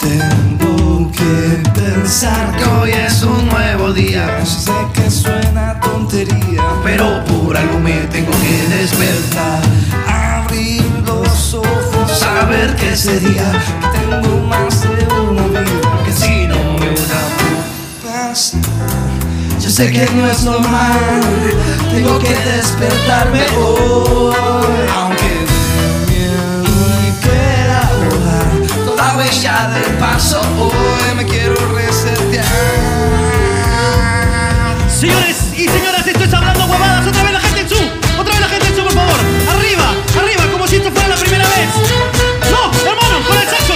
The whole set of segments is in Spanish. Tengo que pensar que hoy es un nuevo día. Sé que suena tontería, Pero por algo me tengo que despertar. abrir los ojos, Saber que ese día, tengo más de una vida. que si no me una Pasa, yo sé que no es normal. Tengo que despertarme hoy. Aunque de miedo y quiera volar, toda huella del paso hoy me quiero resetear. Señores y señoras, esto es Hablando Huevadas. Otra vez la gente en su. Otra vez la gente en su, por favor. Arriba, arriba, como si esto fuera la primera vez. No, hermano, con el saxo.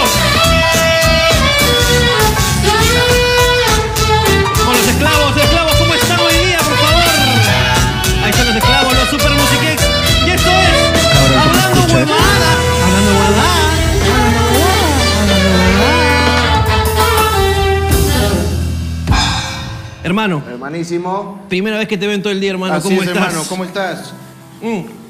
Con los esclavos, esclavos, ¿cómo están hoy día, por favor? Ahí están los esclavos, los super musiquex. Y esto es Hablando Huevadas. Hablando Huevadas. Hermano, Hermanísimo. primera vez que te veo en todo el día, hermano. Así ¿Cómo es, estás? hermano. ¿Cómo estás? Mm.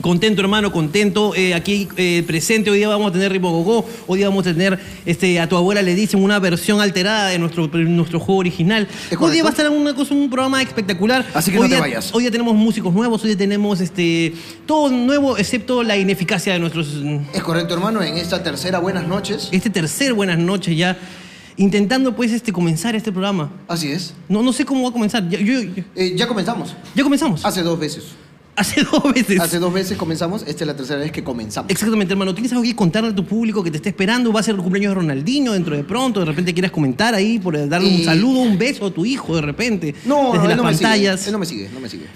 Contento, hermano, contento. Eh, aquí eh, presente, hoy día vamos a tener Ribogogó, hoy día vamos a tener este, a tu abuela le dicen una versión alterada de nuestro, nuestro juego original. Hoy día correcto. va a estar una cosa, un programa espectacular. Así que hoy no te día- vayas. Hoy día tenemos músicos nuevos, hoy día tenemos este, todo nuevo, excepto la ineficacia de nuestros. Es correcto, hermano. En esta tercera buenas noches. Este tercer buenas noches ya, intentando pues este, comenzar este programa. Así es. No, no sé cómo va a comenzar. Ya, yo- yo- Eh, ya comenzamos. ya comenzamos. Hace dos veces. Hace dos veces. Hace dos veces comenzamos. Esta es la tercera vez que comenzamos. Exactamente, hermano. ¿Tienes algo que contarle a tu público que te está esperando? Va a ser el cumpleaños de Ronaldinho dentro de pronto. De repente quieras comentar ahí, por eh, darle un Y- saludo, un beso a tu hijo de repente. Eh, No, desde él las no Me pantallas. sigue. Él no me sigue, no me sigue.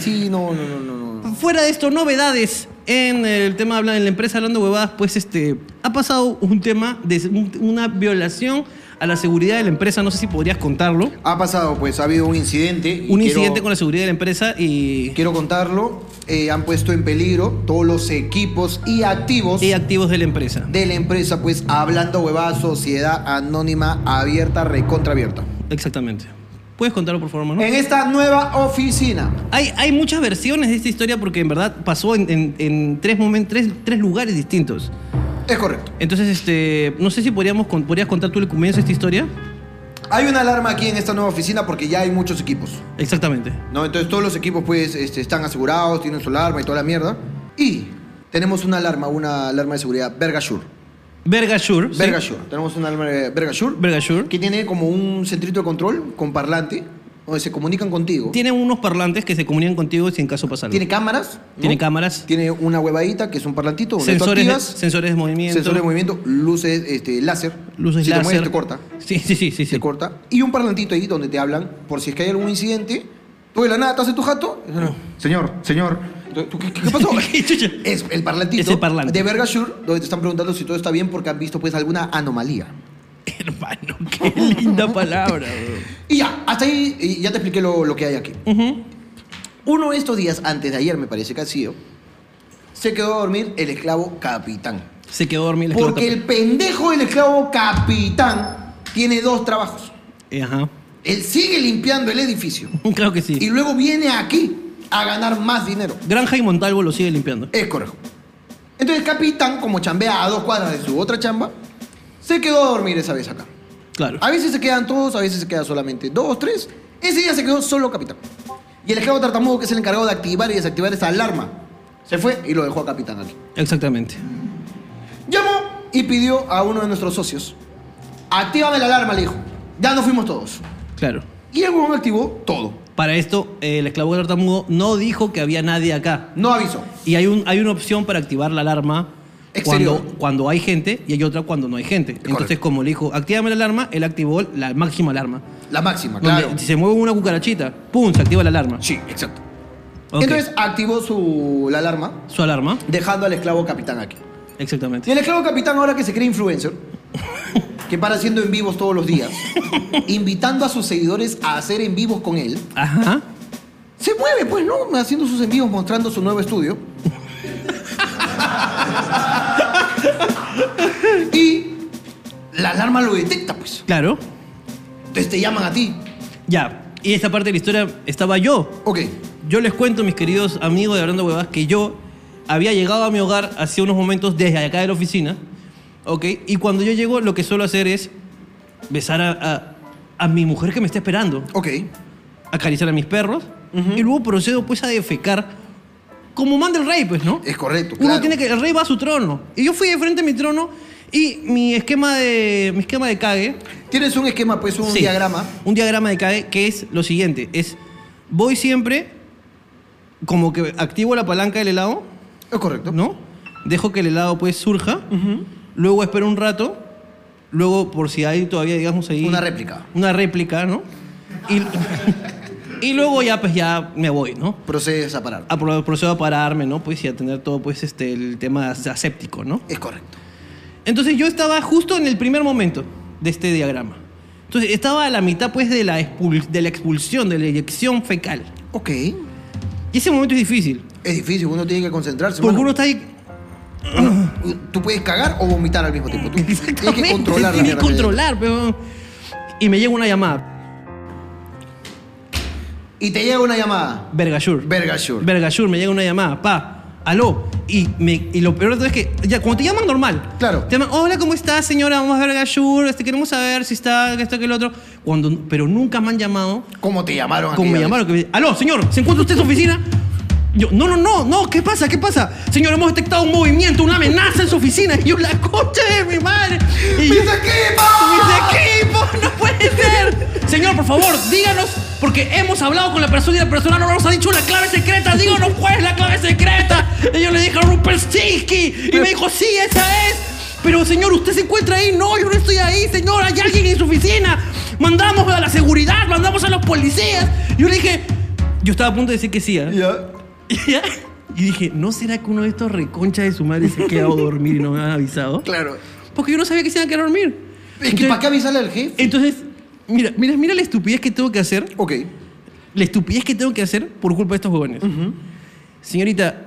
Sí, no, no, no, no, no, no. Fuera de esto, novedades en el tema hablando en la empresa hablando huevadas, pues este ha pasado un tema de un- una violación a la seguridad de la empresa. No sé si podrías contarlo. Ha pasado, pues, ha habido un incidente. y un quiero- incidente con la seguridad de la empresa y, Quiero contarlo. Eh, han puesto en peligro todos los equipos y activos y activos de la empresa. de la empresa, pues, hablando huevada, sociedad anónima, abierta, recontraabierta. Exactamente. ¿Puedes contarlo, por favor, hermano? En esta nueva oficina. Hay, hay muchas versiones de esta historia porque en verdad pasó en, en- en tres, momen- tres, tres lugares distintos. Es correcto. Entonces, este, no sé si podríamos, con- podrías contar tú el comienzo de esta historia. Hay una alarma aquí en esta nueva oficina porque ya hay muchos equipos. Exactamente. ¿no? Entonces todos los equipos pues este, están asegurados, tienen su alarma y toda la mierda. Y tenemos una alarma, una alarma de seguridad, Vergasure. Vergasure. ¿sí? Vergasure. Tenemos una alarma de Vergasure Vergasure. que tiene como un centrito de control con parlante donde se comunican contigo. Tiene unos parlantes que se comunican contigo si en caso pasa algo. Tiene cámaras. ¿no? Ah, Tiene cámaras, Tiene una huevadita que es un parlantito donde tú sensores, de, activas, sensores de movimiento, sensores de movimiento, luces, este, láser. luces si láser. te mueves te corta. Sí, sí, sí. sí, sí. se corta. Y un parlantito ahí donde te hablan por si es que hay algún incidente. Tú de la nada te haces tu jato. Señor, señor. ¿Tú, qué, qué- qué pasó? ¿Qué chucha? es el parlantito Es el parlante. de Vergasure donde te están preguntando si todo está bien porque han visto pues alguna anomalía. Hermano, qué linda palabra. bro. Y ya, hasta ahí y ya te expliqué lo, lo que hay aquí. Ujú. Uno de estos días, antes de ayer me parece que ha sido, se quedó a dormir el esclavo capitán. Se quedó dormido. la Porque el pendejo del esclavo capitán tiene dos trabajos. Eh, Ajá. Él sigue limpiando el edificio. Claro que sí. y luego viene aquí a ganar más dinero. Granja y Montalvo lo sigue limpiando. Es correcto. Entonces Capitán, como chambea a dos cuadras de su otra chamba, se quedó a dormir esa vez acá. Claro. A veces se quedan todos, a veces se quedan solamente dos, tres. Ese día se quedó solo Capitán. Y el esclavo tartamudo, que es el encargado de activar y desactivar esa alarma, se fue y lo dejó a Capitán aquí. Exactamente. Llamó y pidió a uno de nuestros socios, actívame la alarma, le dijo. Ya nos fuimos todos. Claro. Y el huevón activó todo. Para esto, eh, el esclavo del tartamudo no dijo que había nadie acá. No avisó. Y hay, un, hay una opción para activar la alarma Exterior. cuando, cuando hay gente y hay otra cuando no hay gente. Entonces, Correcto. como le dijo, actívame la alarma, él activó la máxima alarma. La máxima, Donde Ah, claro. Si se mueve una cucarachita, ¡pum! Se activa la alarma. Sí, exacto. Ok. Entonces activó su, la alarma, Su alarma, dejando al esclavo capitán aquí. Y exactamente. el esclavo capitán ahora que se cree influencer, que para haciendo en vivos todos los días, invitando a sus seguidores a hacer en vivos con él, Ajá. se mueve pues, ¿no? Haciendo sus en vivos, mostrando su nuevo estudio. y la alarma lo detecta pues. Claro. Entonces te llaman a ti. Ya. Y esta parte de la historia estaba yo. Ok. yo les cuento, mis queridos amigos de Hablando Huevas, que yo había llegado a mi hogar hace unos momentos desde acá de la oficina, ¿ok? Y cuando yo llego, lo que suelo hacer es besar a, a- a mi mujer que me está esperando, Ok. acariciar a mis perros, y luego procedo pues a defecar como manda el rey, pues, ¿no? Es correcto, Uno claro. tiene que... El rey va a su trono. Y yo fui de frente a mi trono y mi esquema de, mi esquema de cague... Tienes un esquema, pues, un Sí. diagrama. Un diagrama de CAE que es lo siguiente. Es, voy siempre, como que activo la palanca del helado, Es correcto. ¿no? Dejo que el helado pues surja, luego espero un rato, luego por si hay todavía, digamos, ahí... Una réplica. Una réplica, ¿no? Y, y luego ya pues ya me voy, ¿no? Procedes a parar. A pro- procedo a pararme, ¿no? Pues y a tener todo pues este, el tema aséptico, ¿no? Es correcto. Entonces yo estaba justo en el primer momento de este diagrama. Entonces estaba a la mitad pues de la, expul- de la expulsión, de la eyección fecal. Ok. Y ese momento es difícil. Es difícil, uno tiene que concentrarse. Porque mano. Pues, uno está ahí... Tú puedes cagar o vomitar al mismo tiempo. Tú tienes que controlar la Tienes que mierda que- controlar, pero... Y me llega una llamada. Y te llega una llamada. Vergasur. Verga, sure. Vergasur, me llega una llamada. Pa, aló. Y, me, y lo peor de todo es que ya, cuando te llaman normal. Claro. Te llaman, hola, ¿cómo estás, señora? Vamos a Vergasur. Este, queremos saber si está, que esto, que el otro. Cuando, pero nunca me han llamado ¿Cómo te llamaron? Como me aquella llamaron, que me dice, aló, señor, ¿se encuentra usted en su oficina? Yo, no, no, no, no, ¿qué pasa? ¿Qué pasa? Señor, hemos detectado un movimiento, una amenaza en su oficina. Y yo, la concha de mi madre. Y yo, vez? ¡Mis equipos! ¡Mis equipos! ¡No puede ser! Señor, por favor, díganos, porque hemos hablado con la persona y la persona no nos ha dicho una clave secreta. Díganos cuál es la clave secreta. Y yo le dije a Rupert Stinsky. Y me dijo, sí, esa es. Pero señor, ¿usted se encuentra ahí? No, yo no estoy ahí, señor. Hay alguien en su oficina. Mandamos a la seguridad, mandamos a los policías. Yo le dije, yo estaba a punto de decir que sí. ¿ah? Ya. Y dije, ¿no será que uno de estos reconchas de su madre se ha quedado a dormir y no me han avisado? Claro. Porque yo no sabía que se iban a quedar a dormir. Es que Entonces- ¿para qué avisarle al jefe? entonces, mira, mira, mira la estupidez que tengo que hacer. Ok. La estupidez que tengo que hacer por culpa de estos jóvenes. Señorita,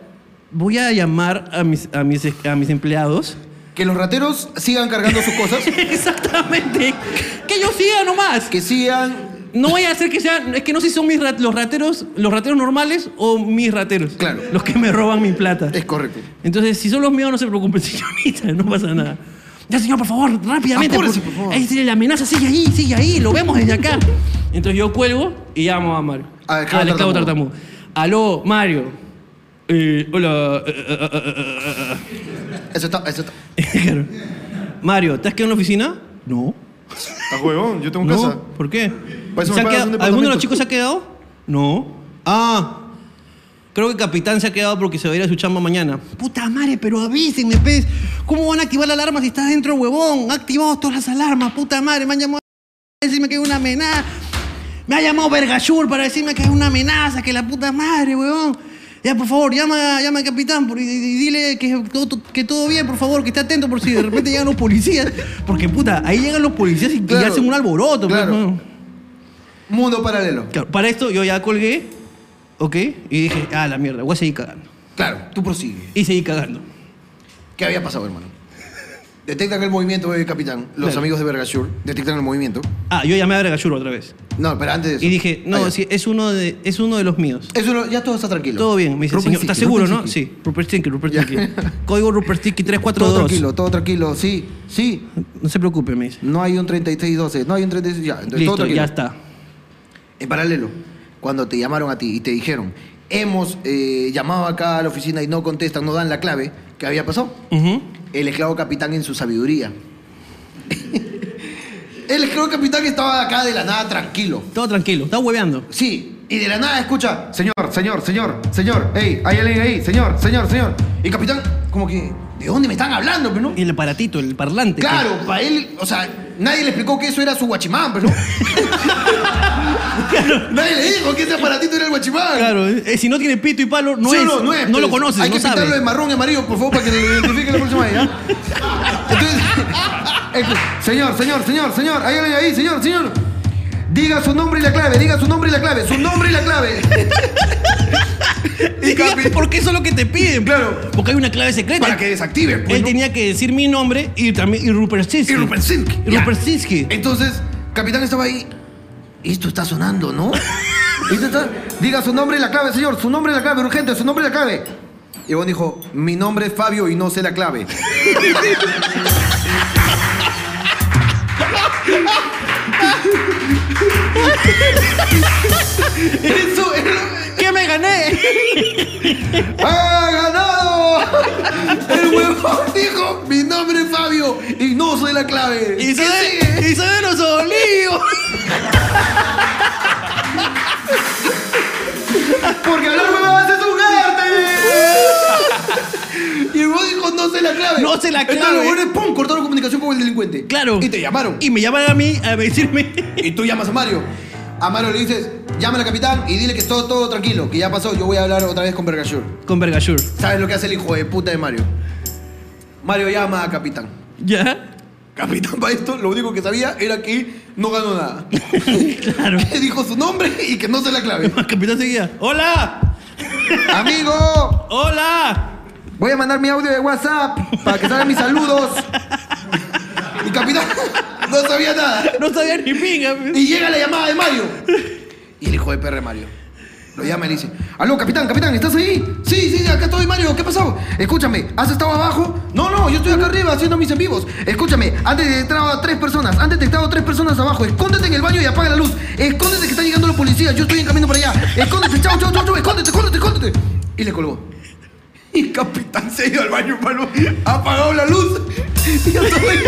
voy a llamar a mis, a mis, a mis empleados. Que los rateros sigan cargando sus cosas. Exactamente. Que yo siga nomás. que sigan. No voy a hacer que sean. Es que no sé si son mis rat- los rateros, los rateros normales o mis rateros. Claro. Los que me roban mi plata. Es correcto. Entonces, si son los míos, no se preocupen, señorita, no pasa nada. Ya, señor, por favor, rápidamente. Apúrese, porque- por favor. Ahí tiene la amenaza, sigue ahí, sigue ahí, lo vemos desde acá. Entonces yo cuelgo y llamo a Mario. Al esclavo Al esclavo tartamudo. tartamudo. Aló, Mario. Eh, hola. eh, eh, eh, eh, eh, Eso está. Eso está. eh. Claro. Mario, ¿te has quedado en la oficina? No. Ah, ¿Estás huevón? Yo tengo no. casa. ¿Por qué? Para eso ¿Se me ha pagas quedado- ¿Alguno de un departamento. los chicos se ha quedado? No. Ah. Creo que Capitán se ha quedado porque se va a ir a su chamba mañana. Puta madre, pero avísenme, pez. ¿Cómo van a activar la alarma si estás dentro, huevón? Han activado todas las alarmas, puta madre. Me han llamado a decirme que hay una amenaza. Me ha llamado Vergashur para decirme que hay una amenaza, que la puta madre, huevón. Ya, por favor, llama, llama al capitán por- y, y dile que todo, que todo bien, por favor, que esté atento por si de repente llegan los policías. Porque, puta, ahí llegan los policías y, y Claro. hacen un alboroto. pues, Claro. huevón. Mundo paralelo. Claro, para esto yo ya colgué, ¿ok? Y dije, ah, la mierda, voy a seguir cagando. Claro, tú prosigue. Y seguí cagando. ¿Qué había pasado, hermano? Detectan el movimiento, eh, capitán. Los Claro. amigos de Vergasur detectan el movimiento. Ah, yo llamé a Vergachuro otra vez. No, pero antes de eso. Y dije, Ah, no, ya. sí, es, uno de, es uno de los míos. Eso no- ya todo está tranquilo. Todo bien, me dice, Rupert señor, ¿estás Sticky, seguro, Rupert no? Sticky. Sí, Rupert Stinky, Rupert Ya. Stinky. Código Rupert Stinky Todo 342. tranquilo, todo tranquilo. Sí, sí. No se preocupe, me dice. No hay un 3612, no hay un 36... Ya, entonces, todo Listo, tranquilo. ya está. En paralelo, cuando te llamaron a ti y te dijeron, hemos eh, llamado acá a la oficina y no contestan, no dan la clave, ¿qué había pasado? Ujú. El esclavo capitán en su sabiduría. El esclavo capitán estaba acá de la nada tranquilo. Todo tranquilo, estaba hueveando. Sí, y de la nada escucha. Señor, señor, señor, señor. Ey, hay alguien ahí. Señor, señor, señor. Y capitán, como que, ¿de dónde me están hablando, pero no? Y el aparatito, el parlante. que- Claro, para él, o sea, nadie le explicó que eso era su guachimán, pero no. nadie le dijo que ese aparatito era el guachimán. Claro, eh, si no tiene pito y palo, no Sí o es. No, no es, lo pues. conoces, Hay no que pintarlo de sabes. marrón y amarillo, por favor, para que lo identifique la próxima vez, ¿ya? Entonces, Señor, señor, señor, señor. Hay alguien ahí, señor, señor. Diga su nombre y la clave, diga su nombre y la clave, su nombre y la clave. Y dígame por qué eso es lo que te piden. Claro. Porque hay una clave secreta. para que desactive, pues, Él ¿no? tenía que decir mi nombre y también y Rupert Sinsky. Y Rupert Sinsky, Y ya. Eh, Rupert Sinsky. Entonces, Capitán estaba ahí. Esto está sonando, ¿no? Esto está- Diga su nombre y la clave, señor. Su nombre y la clave, urgente, su nombre y la clave. Y el huevón dijo, mi nombre es Fabio y no sé la clave. ¿Qué me gané? eh, ¡Ha ganado! El huevón dijo, mi nombre es Fabio y no sé la clave. Y soy, de, y soy de los olivos. Porque hablar huevadas es un arte. y el huevón dijo, no sé la clave. No sé la Entonces los clave. huevones, pum, cortaron comunicación con el delincuente. Claro. Y te llamaron. Y me llaman a mí a decirme. Y tú llamas a Mario. A Mario le dices, llama a la capitán y dile que todo, todo tranquilo, que ya pasó, yo voy a hablar otra vez con Bergashur. Con Vergasur. ¿Sabes lo que hace el hijo de puta de Mario? Mario llama a capitán. ¿Ya? Capitán, para esto lo único que sabía era que no ganó nada. Claro. Que dijo su nombre y que no se la clave. El capitán seguía. ¡Hola! Amigo, ¡Hola! voy a mandar mi audio de WhatsApp para que salgan mis saludos. Y capitán no sabía nada. No sabía ni pinga. pues. Y llega la llamada de Mario. Y el hijo de perre Mario. Lo llama y le dice, aló, capitán, capitán, ¿estás ahí? Sí, sí, acá estoy, Mario, ¿qué ha pasado? Escúchame, ¿has estado abajo? No, no, yo estoy acá arriba haciendo mis en vivos. Escúchame, han detectado a tres personas, han detectado a tres personas abajo. Escóndete en el baño y apaga la luz. Escóndete que están llegando los policías, yo estoy en camino para allá. Escóndete, chao, chao, chao, chao, escóndete, escóndete, escóndete. Y le colgó. Y el capitán se ha ido al baño, hermano. Ha apagado la luz. Y ya está ahí.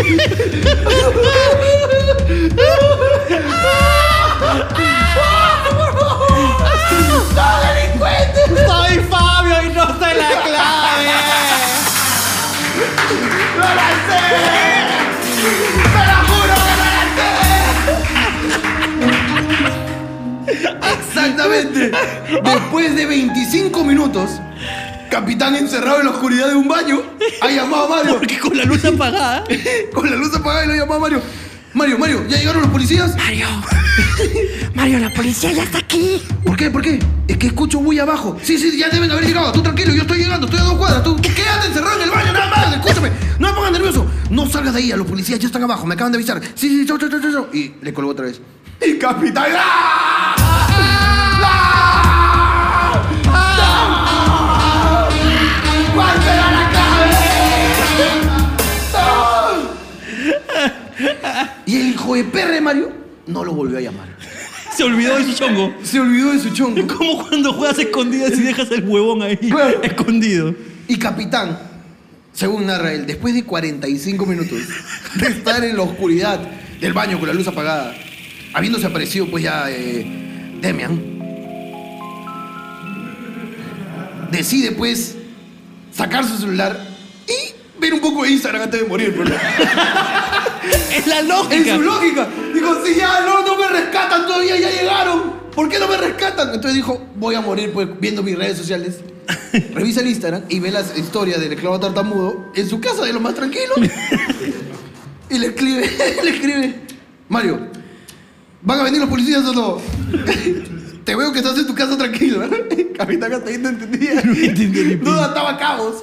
¡Soy Fabio y no sé la clave! Exactamente. Después de 25 minutos, capitán encerrado en la oscuridad de un baño, ha llamado a Mario. Porque con la luz apagada. Con la luz apagada y lo ha llamado a Mario. Mario, Mario, ¿ya llegaron los policías? Mario. Mario, la policía ya está aquí. ¿Por qué? ¿Por qué? Es que escucho muy abajo. Sí, sí, ya deben haber llegado. Tú tranquilo, yo estoy llegando, estoy a dos cuadras. Tú quédate encerrado en el baño, nada más. Escúchame, no me pongas nervioso. No salgas de ahí, a los policías ya están abajo, me acaban de avisar. Sí, sí, chau, chau, chau, chau, chau. Y le colgó otra vez. Y capitán. ¡ah! ¡Ah! ¡Ah! ¿Cuál será la clave? Y el hijo de perre Mario no lo volvió a llamar. Se olvidó de su chongo. Se olvidó de su chongo. Como cuando juegas escondidas y dejas el huevón ahí. Claro. Escondido. Y capitán, según narra él, después de 45 minutos de estar en la oscuridad del baño con la luz apagada, habiéndose aparecido pues ya eh, Demian, decide pues sacar su celular y ver un poco de Instagram antes de morir, bro. Es la En lógica. su lógica. Dijo, si ya no, no me rescatan todavía, ya llegaron. ¿Por qué no me rescatan? Entonces dijo, voy a morir pues viendo mis redes sociales. Revisa el Instagram y ve las historias del esclavo tartamudo en su casa de lo más tranquilo. y le escribe, le escribe, Mario, ¿van a venir los policías o no? Te veo que estás en tu casa tranquilo. ¿eh?" Capitán hasta ahí no entendía. No entendía ni pin- ataba cabos.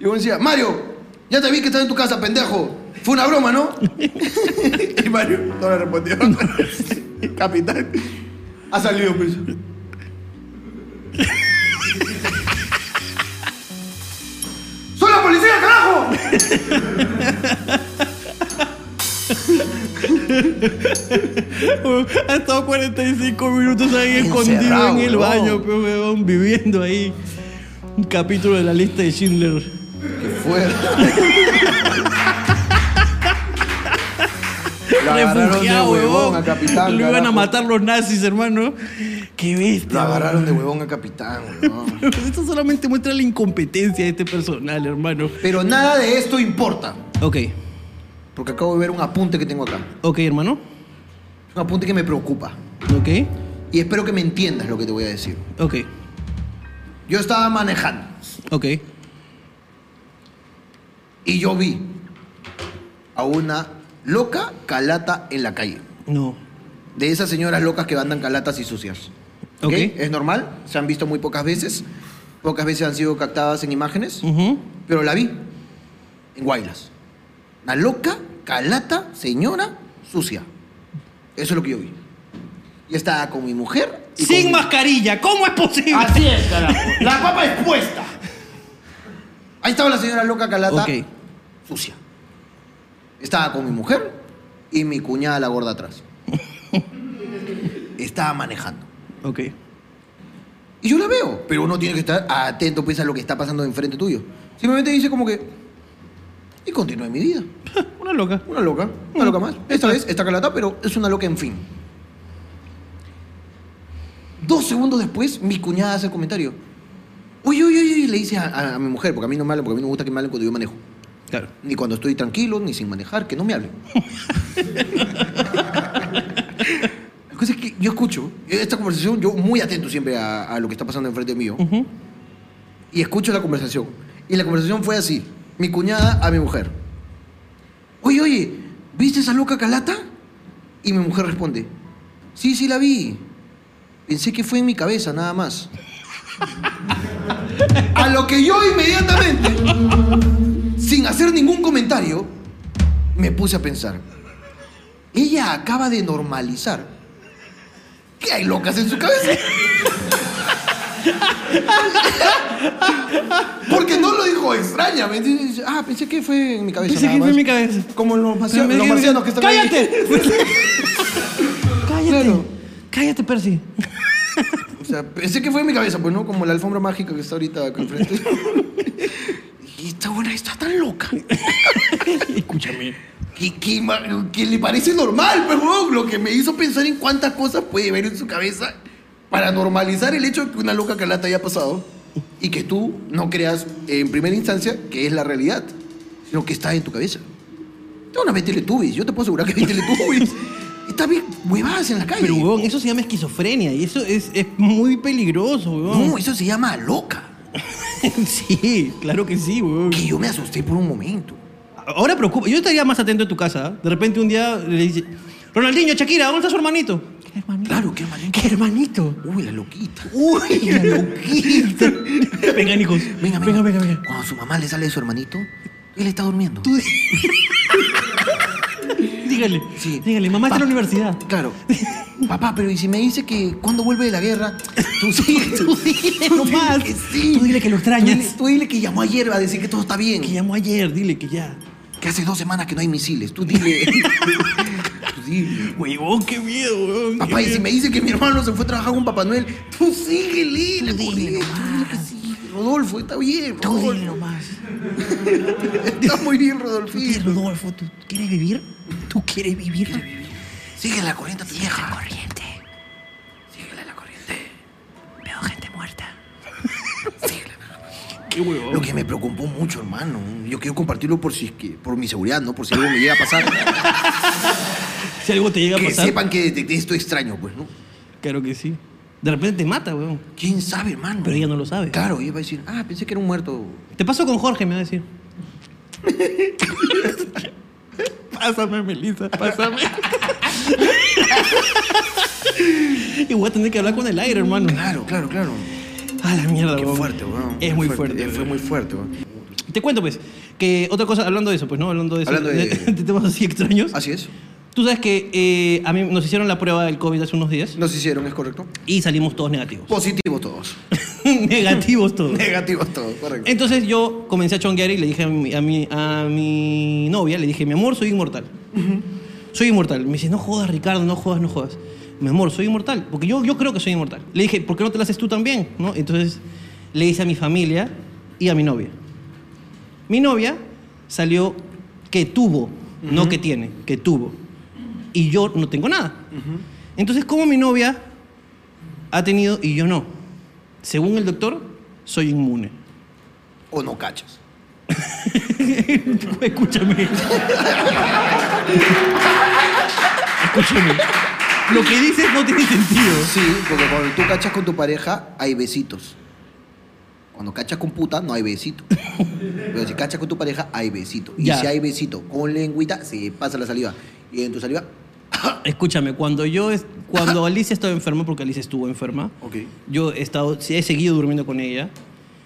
Y uno decía, Mario, ya te vi que estás en tu casa, pendejo. Fue una broma, ¿no? y Mario no le respondió. Capitán. Ha salido pues. preso. ¡Soy la policía, carajo! Ha estado 45 minutos ahí escondido en el huevón. baño, pe, huevón, viviendo ahí. Un capítulo de la lista de Schindler. Fuera. Lo agarraron de Refugiado, huevón huevón. a capitán. Lo iban a carajo. matar los nazis, hermano. Qué Lo bestia. agarraron de huevón a capitán, huevón. Esto solamente muestra la incompetencia de este personal, hermano. Pero nada de esto importa. Ok, Porque acabo de ver un apunte que tengo acá. ok, hermano. Un apunte que me preocupa. Ok, Y espero que me entiendas lo que te voy a decir. ok, Yo estaba manejando ok. y yo vi a una loca calata en la calle. No. De esas señoras locas que andan calatas y sucias. ¿Ok? Ok. Es normal, se han visto muy pocas veces. Pocas veces han sido captadas en imágenes. Ujú. Pero la vi en Guaylas. Una loca, calata, señora, sucia. Eso es lo que yo vi. Y estaba con mi mujer Sin mascarilla, ¿cómo es posible? Así es, carajo. La papa expuesta. Ahí estaba la señora loca calata, Ok. sucia. Estaba con mi mujer y mi cuñada la gorda atrás. estaba manejando. Ok. Y yo la veo, pero uno tiene que estar atento pues a lo que está pasando enfrente tuyo. Simplemente dice como que... Y continué mi vida. Una loca. Una loca, una loca más. Esta vez está calata, pero es una loca en fin. Dos segundos después, mi cuñada hace el comentario. Uy, uy, uy, uy, le dice a, a- a mi mujer, porque a mí no me hablan, porque a mí no me gusta que me hablen cuando yo manejo. Claro. Ni cuando estoy tranquilo, ni sin manejar, que no me hablen. La cosa es que yo escucho esta conversación, yo muy atento siempre a, a lo que está pasando enfrente mío, Ujú. y escucho la conversación. Y la conversación fue así, mi cuñada a mi mujer. Oye, oye, ¿viste esa loca calata? Y mi mujer responde, sí, sí la vi. Pensé que fue en mi cabeza, nada más. A lo que yo inmediatamente, sin hacer ningún comentario, me puse a pensar. Ella acaba de normalizar. ¿Qué hay locas en su cabeza? Porque no lo dijo extraña. me dice, Ah, pensé que fue en mi cabeza. Pensé nada que fue en más". mi cabeza. Como los marcianos, Pero me- los marcianos que están ahí. ¡Cállate! ¡Cállate! Claro. ¡Cállate, Percy! O sea, pensé que fue en mi cabeza, pues, ¿no? Como la alfombra mágica que está ahorita acá enfrente. y esta buena está tan loca. Escúchame. ¿Qué, qué ma- qué le parece normal, pues, huevón? Lo que me hizo pensar en cuántas cosas puede ver en su cabeza para normalizar el hecho de que una loca calata haya pasado y que tú no creas en primera instancia que es la realidad, sino que está en tu cabeza. Tengo una vez Teletubbies, yo te puedo asegurar que vi Teletubbies. Está bien huevadas en la calle. Pero, weón, eso se llama esquizofrenia y eso es, es muy peligroso, weón. no, eso se llama loca. Sí, claro que sí, weón. que yo me asusté por un momento. Ahora preocupa. Yo estaría más atento en tu casa. ¿ah? De repente un día le dice, Ronaldinho, Shakira, ¿dónde está su hermanito? ¿Qué hermanito? Claro, qué hermanito. ¿Qué hermanito? Uy, la loquita. Uy, la loquita. Vengan, hijos. Venga, venga, venga. venga. Cuando su mamá le sale de su hermanito, él está durmiendo. Tú di- dígale, Sí. dígale, mamá está en la universidad. Claro. Papá, pero ¿y si me dice que cuando vuelve de la guerra? Tú sí, tú dile No más. que sí. Tú dile que lo extrañas. Tú dile, tú dile que llamó ayer a decir que todo está bien. Que llamó ayer, dile que ya. Que hace dos semanas que no hay misiles. Tú dile. tú dile. Huevón, qué miedo, huevón. Papá, y si me dice que mi hermano se fue a trabajar con Papá Noel, tú síguele. Tú dile, tú dile que sí. Rodolfo, está bien. Tú Rodolfo. dile nomás. Está muy bien, Tú Rodolfín. dile, Rodolfo, ¿tú quieres vivir? ¿Tú quieres vivir? Sigue la corriente a tu La vieja. corriente. Síguele la corriente. Veo gente muerta. Qué huevón. Lo que me preocupó mucho, hermano. Yo quiero compartirlo por si es que, por mi seguridad, ¿no? Por si algo me llega a pasar. Si algo te llega a que pasar, sepan que detecté esto extraño, pues, ¿no? claro que sí. De repente te mata, huevón. ¿Quién sabe, hermano? Pero ella no lo sabe. Claro, ella va a decir, ah, pensé que era un muerto. Te paso con Jorge, me va a decir. pásame, Melissa, pásame. y voy a tener que hablar con el aire, hermano. Claro, claro, claro. A la mierda, Qué weón. fuerte, weón. Es Qué muy fuerte. eh, Fue weón. muy fuerte, weón. Te cuento, pues, que otra cosa, hablando de eso, pues, ¿no? Hablando de, eso, Hablando de- de temas así extraños. Así es. Tú sabes que eh, a mí nos hicieron la prueba del COVID hace unos días Nos hicieron, es correcto. y salimos todos negativos. Positivos todos. negativos todos. Negativos todos, correcto. Entonces yo comencé a chonguear y le dije a mi, a mi, a mi novia, le dije, mi amor, soy inmortal. Soy inmortal. Me dice, no jodas, Ricardo, no jodas, no jodas. Mi amor, soy inmortal. Porque yo, yo creo que soy inmortal. Le dije, ¿por qué no te la haces tú también? ¿No? Entonces le hice a mi familia y a mi novia. Mi novia salió que tuvo, no que tiene, que tuvo. Y yo no tengo nada. Entonces, ¿cómo mi novia ha tenido y yo no? Según el doctor, soy inmune. O no cachas. Escúchame. Escúchame. Lo que dices no tiene sentido. Sí, porque cuando tú cachas con tu pareja, hay besitos. Cuando cachas con puta, no hay besito. Pero si cachas con tu pareja, hay besito. Y Ya. si hay besito con lengüita, se pasa la saliva. Y en tu saliva, Escúchame, cuando yo es- cuando Alicia estaba enferma, porque Alicia estuvo enferma, Ok. yo he estado, he seguido durmiendo con ella,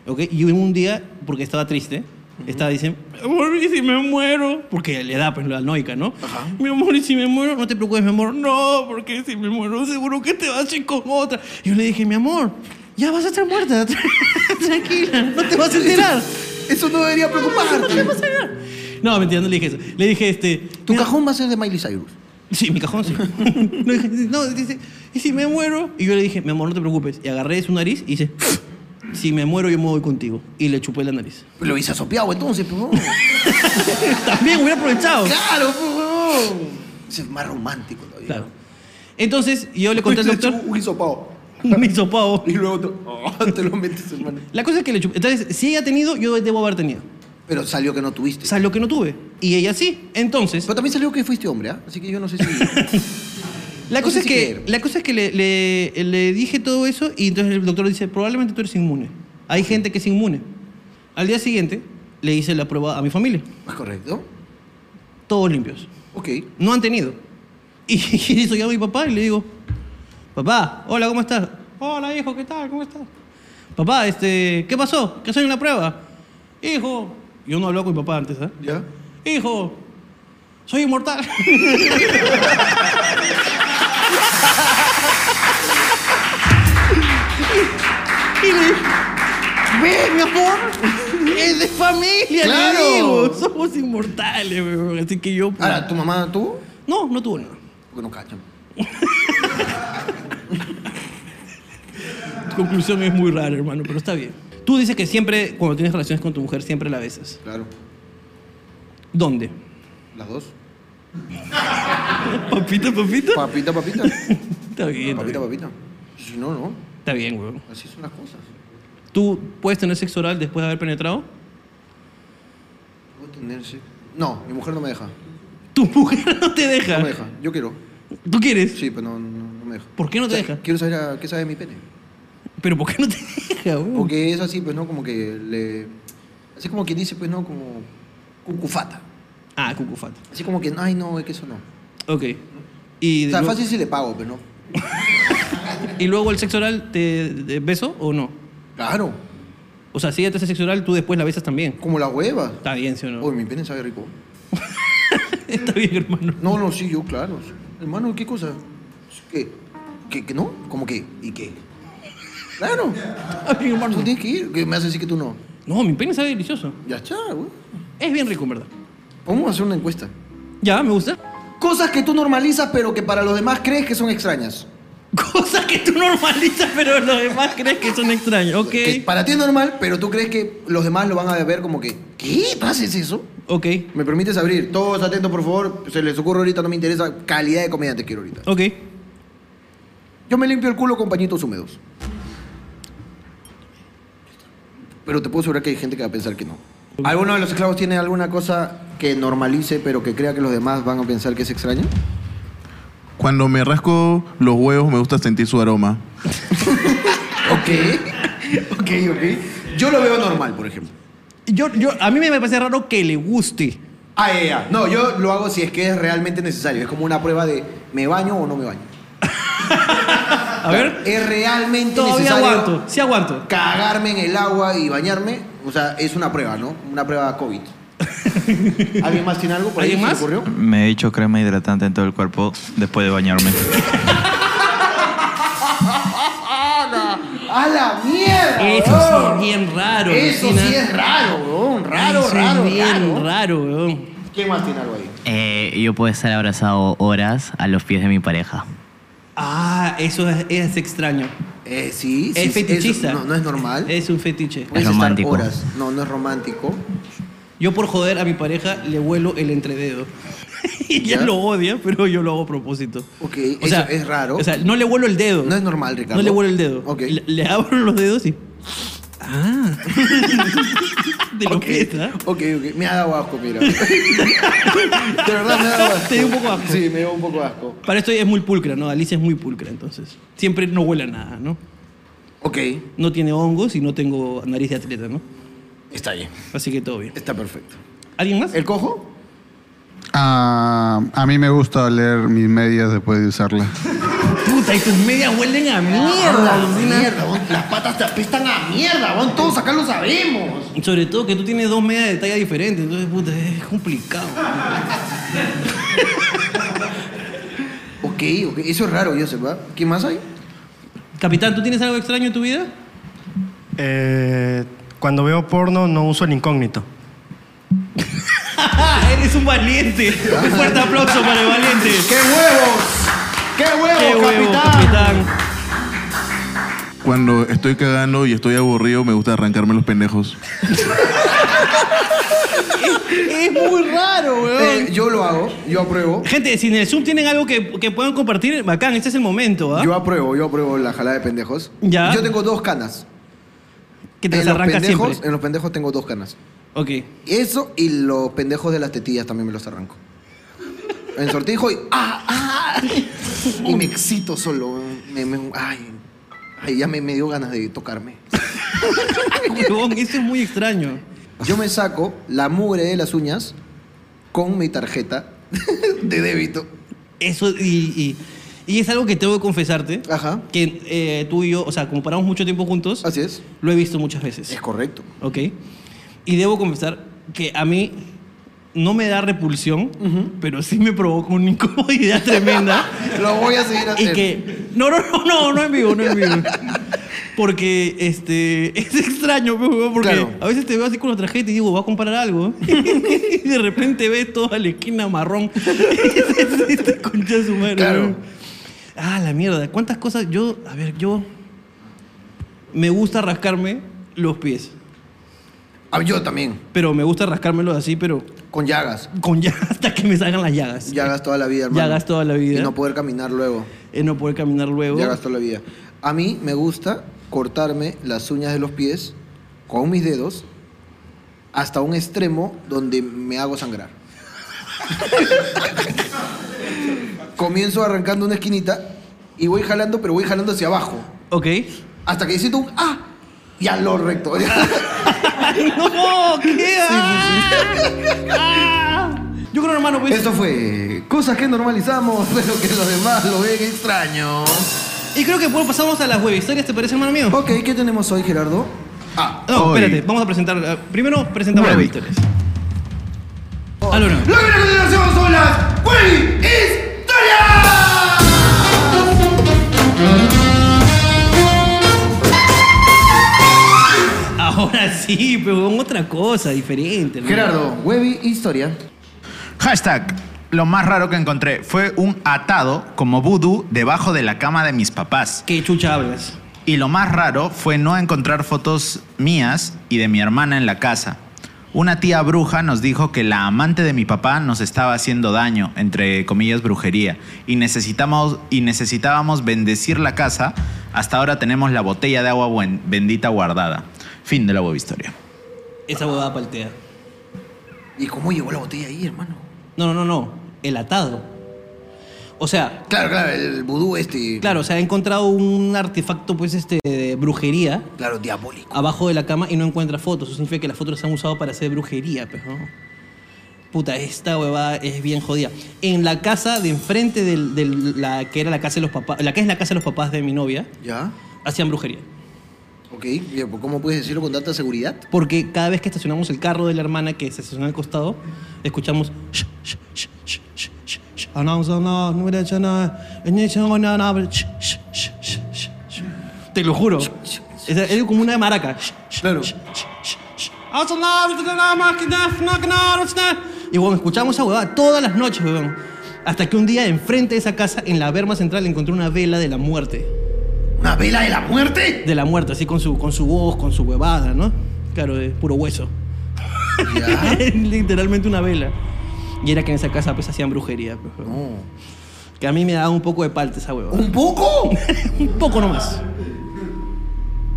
¿ok? Y un día, porque estaba triste, Está diciendo, mi amor, ¿y si me muero? Porque le da pues la noica, ¿no? Mi amor, ¿y si me muero? No te preocupes, mi amor. No, porque si me muero seguro que te vas a ir con otra. Y yo le dije, mi amor, ya vas a estar muerta. Tranquila, no te vas a enterar. Eso no debería preocuparte. No, mentira, no le dije eso. Le dije, este... Tu mi- cajón va a ser de Miley Cyrus. Sí, mi cajón sí. no, dije, no, dice, ¿y si me muero? Y yo le dije, mi amor, no te preocupes. Y agarré su nariz y dice, si me muero yo me voy contigo. Y le chupé la nariz. Lo hice sopeado entonces, pues. huevón. También hubiera aprovechado. Claro, pues. huevón. Ese Es más romántico todavía. Claro. Entonces yo le conté al Hubiese hecho doctor, Un hisopado. un hisopado. Y luego te, oh, te lo metes, hermano. La cosa es que le chupé. Entonces, si ella ha tenido, yo debo haber tenido. Pero salió que no tuviste. O sea, lo que no tuve. Y ella sí. Entonces, Pero también salió que fuiste hombre, ¿ah? Así que yo no sé si. la no cosa sé es si que, quiero. la cosa es que le, le- le dije todo eso y entonces el doctor dice, probablemente tú eres inmune. Hay gente que es inmune. Al día siguiente, le hice la prueba a mi familia. ¿Es correcto? Todos limpios. Ok. No han tenido. Y, y eso llamo a mi papá y le digo, papá, hola, ¿cómo estás? Hola, hijo, ¿qué tal? ¿Cómo estás? Papá, este, ¿qué pasó? ¿Qué soy en la prueba? Hijo, yo no hablaba con mi papá antes, ¿eh? ¿Ya? Hijo, soy inmortal. y le dije, ve, mi amor, es de familia, Claro. le digo, somos inmortales, weón. así que yo... pues, Ahora, Ah, ¿tu mamá tuvo? no, no tuvo nada. Porque no cachan. Tu conclusión es muy rara, hermano, pero está bien. Tú dices que siempre, cuando tienes relaciones con tu mujer, siempre la besas. Claro. ¿Dónde? Las dos. ¿Papita, papita? Papita, papita. Está bien, está Papita, bien, papita. Si no, no. está bien, weón. Así son las cosas. ¿Tú puedes tener sexo oral después de haber penetrado? Puedo tener sexo. No, mi mujer no me deja. No Tu mujer no te deja. me deja. Yo quiero. ¿Tú quieres? Sí, pero no, no, no me deja. ¿Por qué no te O sea, deja? Quiero saber a- qué sabe mi pene. ¿Pero por qué no te deja, weón? Porque es así, pues, ¿no? Como que le... Así como quien dice, pues, ¿no? Como cucufata. Ah, cucufata. Así como que, ay, no, es que eso no. Ok. Y, O sea, lu- fácil si le pago, pero no. ¿Y luego el sexo oral te, te beso o no? Claro, O sea, si ella te hace sexo oral, tú después la besas también. como la hueva. Está bien, ¿sí o no? Uy, mi pene sabe rico. Está bien, hermano. No, no, sí, yo, claro. sí. Hermano, ¿qué cosa? ¿Qué? ¿Qué, qué no? ¿Cómo qué? ¿Y qué? Claro. Está bien, Tú hermano. tienes que ir. ¿Qué me haces decir que tú no? No, mi pene sabe delicioso. Ya está, güey. Es bien rico, en verdad. Vamos a hacer una encuesta. Ya, me gusta. Cosas que tú normalizas, pero que para los demás crees que son extrañas. Cosas que tú normalizas, pero los demás crees que son extraños. Ok. Que para ti es normal, pero tú crees que los demás lo van a ver como que, ¿qué? ¿Haces eso? Ok. ¿Me permites abrir? Todos atentos, por favor. Se les ocurre ahorita, no me interesa. Calidad de comida te quiero ahorita. Ok. Yo me limpio el culo con pañitos húmedos. Pero te puedo asegurar que hay gente que va a pensar que no. ¿Alguno de los esclavos tiene alguna cosa que normalice, pero que crea que los demás van a pensar que es extraña? Cuando me rasco los huevos me gusta sentir su aroma. Ok. ok, ok. Yo lo veo normal, por ejemplo. Yo, yo, a mí me parece raro que le guste. Ah, ya, ya. No, yo lo hago si es que es realmente necesario. Es como una prueba de ¿me baño o no me baño? A ver, Es realmente todavía necesario. aguanto. Sí aguanto. cagarme en el agua y bañarme, o sea, es una prueba, ¿no? Una prueba COVID. ¿Alguien más tiene algo por ahí? ¿Alguien ¿Se le más? ocurrió? Me he hecho crema hidratante en todo el cuerpo después de bañarme. ¡A la mierda! Eso sí weón! es bien raro. Ah. Eso Cristina. sí es raro, weón. Raro, Eso es raro, bien raro. raro, weón. ¿Quién más tiene algo ahí? Eh, yo puedo estar abrazado horas a los pies de mi pareja. Ah, eso es, es extraño. Eh, sí, sí, es sí, fetichista. eso no, no es normal. Es un fetiche. Puedes Es estar romántico. horas. No, no es romántico. Yo por joder a mi pareja le vuelo el entrededo. y ella ¿Ya? lo odia, pero yo lo hago a propósito. Ok, eso es raro. O sea, no le vuelo el dedo. No es normal, Ricardo. No le vuelo el dedo. Ok. Le, le abro los dedos y... Ah. De lo ok, que está. ok, ok. Me ha dado asco, mira. De verdad me ha dado asco. Te dio un poco asco. Sí, me dio un poco asco. Para esto ella es muy pulcra, ¿no? Alicia es muy pulcra, entonces. Siempre no huele a nada, ¿no? Ok, No tiene hongos y no tengo nariz de atleta, ¿no? está bien. Así que todo bien. Está perfecto. ¿Alguien más? ¿El cojo? Ah, a mí me gusta oler mis medias después de usarlas. Puta, Puta, y tus medias huelen a mierda, Mierda, alucina. Ah, mierda, weón. Las patas te apestan a mierda, weón. Todos acá lo sabemos. Y Sobre todo que tú tienes dos medias de talla diferente, entonces puta, es complicado. Ok, ok. Eso es raro, yo sé, ¿verdad? ¿Qué más hay? Capitán, ¿tú tienes algo extraño en tu vida? Eh, cuando veo porno no uso el incógnito. Eres un valiente. Un fuerte aplauso para el valiente. ¡Qué huevos! ¡Qué huevos, Qué huevo, capitán. Cuando estoy cagando y estoy aburrido, me gusta arrancarme los pendejos. Es muy raro, weón. Eh, yo lo hago, yo apruebo. Gente, si en el Zoom tienen algo que, que puedan compartir, bacán, este es el momento, ¿ah? Yo apruebo, yo apruebo la jalada de pendejos. Ya. Yo tengo dos canas. Que te en, las los arranca pendejos, siempre. en los pendejos tengo dos canas. Ok. Eso y los pendejos de las tetillas también me los arranco. En sortijo y. ¡Ah! ah, y me excito solo. weón. Me- me- ay, ay, ya me, me dio ganas de tocarme. Huevón, eso es muy extraño. Yo me saco la mugre de las uñas con mi tarjeta de débito. Eso, y, y, y es algo que tengo que confesarte. Ajá. Que eh, tú y yo, o sea, como paramos mucho tiempo juntos, Así es. lo he visto muchas veces. Es correcto. ¿Ok? Y debo confesar que a mí no me da repulsión, pero sí me provoca una incomodidad tremenda. Lo voy a seguir y haciendo. que. No, no, no, no, no en vivo, no en vivo. Porque este, es extraño, pues, weón, porque Claro. a veces te veo así con la tarjeta y digo, voy a comprar algo. ¿eh? y de repente ves toda la esquina marrón. y te concha de su madre. Claro. weón. Ah, la mierda. ¿Cuántas cosas? Yo, a ver, yo. Me gusta rascarme los pies. Ah, yo también. Pero me gusta rascármelos así, pero Con llagas. con ya hasta que me salgan las llagas. Llagas toda la vida, hermano. Llagas toda la vida. Y no poder caminar luego. Eh, no poder caminar luego. Llagas toda la vida. A mí me gusta cortarme las uñas de los pies con mis dedos hasta un extremo donde me hago sangrar. Comienzo arrancando una esquinita y voy jalando, pero voy jalando hacia abajo. Ok. Hasta que siento un ¡ah! Ya lo recto. ¡No! ¿Qué? Ah. Yo creo, hermano, pues. Eso fue cosas que normalizamos, pero que los demás lo ven extraño. Y creo que pues, pasamos a las web historias, ¿te parece, hermano mío? Ok, ¿qué tenemos hoy, Gerardo? Ah, No, Hoy. espérate, vamos a presentar. eh, Primero presentamos las Web. historias. Al uno. Lo que viene a continuación son las Webby Historias. Ahora sí, pero con otra cosa diferente. hermano. Gerardo, Webby Historia. Hashtag. Lo más raro que encontré fue un atado como vudú debajo de la cama de mis papás. ¿Qué chucha hablas? Y lo más raro fue no encontrar fotos mías y de mi hermana en la casa. Una tía bruja nos dijo que la amante de mi papá nos estaba haciendo daño, entre comillas brujería, y, necesitamos, y necesitábamos bendecir la casa. Hasta ahora tenemos la botella de agua buen- bendita guardada. Fin de la web historia. Esa huevada paltea. ¿Y cómo llegó la botella ahí, hermano? No, no, no, no. El atado. O sea, Claro, claro, el vudú este. Claro, o sea, he encontrado un artefacto, pues, este, de brujería Claro, diabólico. abajo de la cama y no encuentra fotos. Eso significa que las fotos se han usado para hacer brujería, pues, ¿no? Puta, esta huevada es bien jodida. En la casa de enfrente del- del- la que era la casa de los papás, la que es la casa de los papás de mi novia, ¿Ya? hacían brujería. Ok, bien, pues, ¿cómo puedes decirlo con tanta seguridad? Porque cada vez que estacionamos el carro de la hermana que se estacionó al costado, escuchamos. "Sh, sh, sh, sh, sh, sh, sh, announce, announce, no me echen nada, en ese no, no, no, sh, sh, sh, sh, sh, sh". Te lo juro. Es, es como una maraca. Claro. Y bueno, escuchamos esa huevada todas las noches, weón. Hasta que un día, enfrente de esa casa, en la Berma Central, encontré una vela de la muerte ¿Una vela de la muerte? de la muerte, así con su, con su voz, con su huevada, ¿no? Claro, de puro hueso. Ya. Literalmente una vela. Y era que en esa casa pues hacían brujería. pues, huevón. No. Que a mí me daba un poco de palta esa huevada. ¿Un poco? un poco nomás.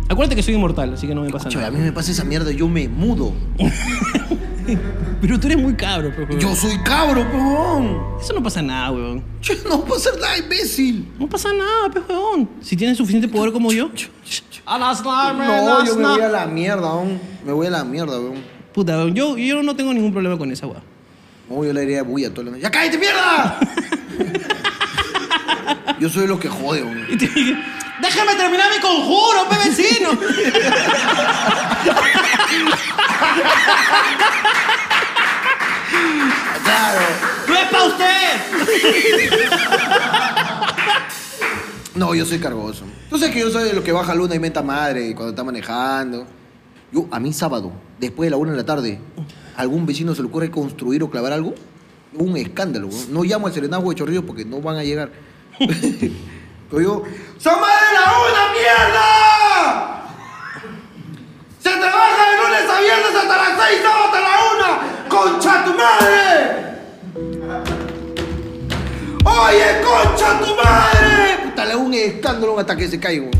Acuérdate que soy inmortal, así que no me pasa Chau, a nada. mí me pasa esa mierda, yo me mudo. Pero tú eres muy cabro, pues, huevón. Yo soy cabro, pojón. Eso no pasa nada, huevón. Yo no puedo ser nada imbécil. No pasa nada, pues, huevón. Si tienes suficiente poder como yo. A las No, yo me voy a la mierda, aún. Me voy a la mierda, weón. Puta, huevón, yo, yo no tengo ningún problema con esa huevada. No, yo le diría bulla toda la noche. ¡Ya cállate, mierda! Yo soy lo que jode, güey. Y te dije, déjame terminar mi conjuro, pe vecino. Claro. ¡No es para usted! No, yo soy cargoso. Tú sabes que yo soy de los que baja luna y menta madre cuando está manejando. Yo, a mí sábado, después de la una de la tarde, ¿a algún vecino se le ocurre construir o clavar algo, un escándalo. güey. No llamo al serenazgo de Chorrillos porque no van a llegar. Pero yo, ¡son más de la una, mierda! ¡Se trabaja de lunes a viernes hasta las seis, sábado hasta la una! ¡Concha tu madre! ¡Oye, concha tu madre! Puta, le hago un escándalo hasta que se caigo.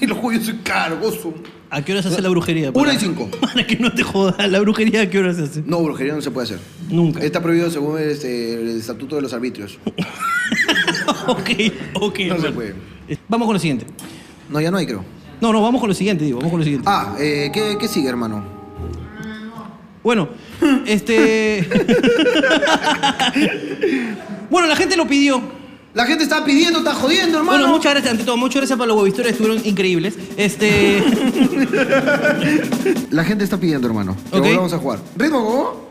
Y los juegos soy cargoso. ¿A qué hora se hace la brujería? Una Para- y cinco. Para que no te jodas. ¿La brujería a qué hora se hace? No, brujería no se puede hacer. Nunca. Está prohibido según este, el estatuto de los arbitrios. ok, ok. No se bueno. puede. Vamos con lo siguiente. No, ya no hay, creo. No, no, vamos con lo siguiente, digo. Vamos con lo siguiente. Ah, eh, ¿qué, qué sigue, hermano? Bueno, este. bueno, la gente lo pidió. La gente está pidiendo, está jodiendo, hermano. Bueno, muchas gracias, ante todo, muchas gracias para los huevistores, estuvieron increíbles. Este. La gente está pidiendo, hermano. Que Ok. volvamos a jugar. Ritmo, go.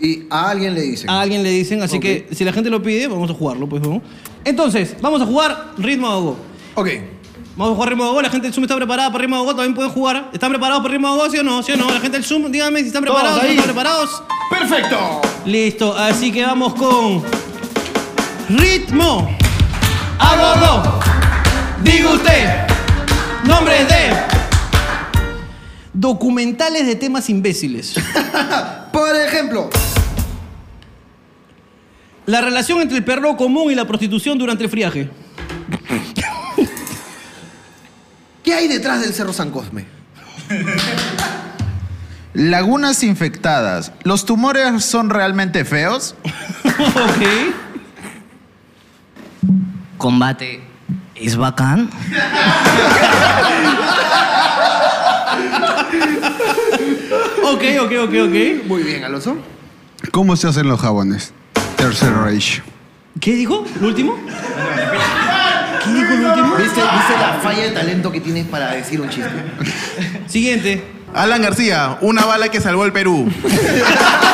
Y a alguien le dicen. A alguien le dicen, así Ok. que si la gente lo pide, vamos a jugarlo, pues. ¿no? Entonces, vamos a jugar ritmo a go. Ok. Vamos a jugar ritmo de gol, la gente del Zoom está preparada para ritmo de gol, también pueden jugar. ¿Están preparados para ritmo de gol, sí o no? ¿Sí o no? La gente del Zoom, díganme si están preparados, si no ahí. están preparados. ¡Perfecto! Listo, así que vamos con ritmo. A bordo. Diga usted. Nombres de documentales de temas imbéciles. Por ejemplo, La relación entre el perro común y la prostitución durante el friaje. ¿qué hay detrás del Cerro San Cosme? Lagunas infectadas. ¿Los tumores son realmente feos? ok. Combate. ¿Es bacán? Ok, ok, ok, ok. Muy bien, Alonso. ¿Cómo se hacen los jabones? Tercer Reich. ¿Qué dijo? ¿Lo último? ¿Qué dijo lo último? ¿Viste, viste la falla de talento que tienes para decir un chiste? Siguiente. Alan García, una bala que salvó el Perú.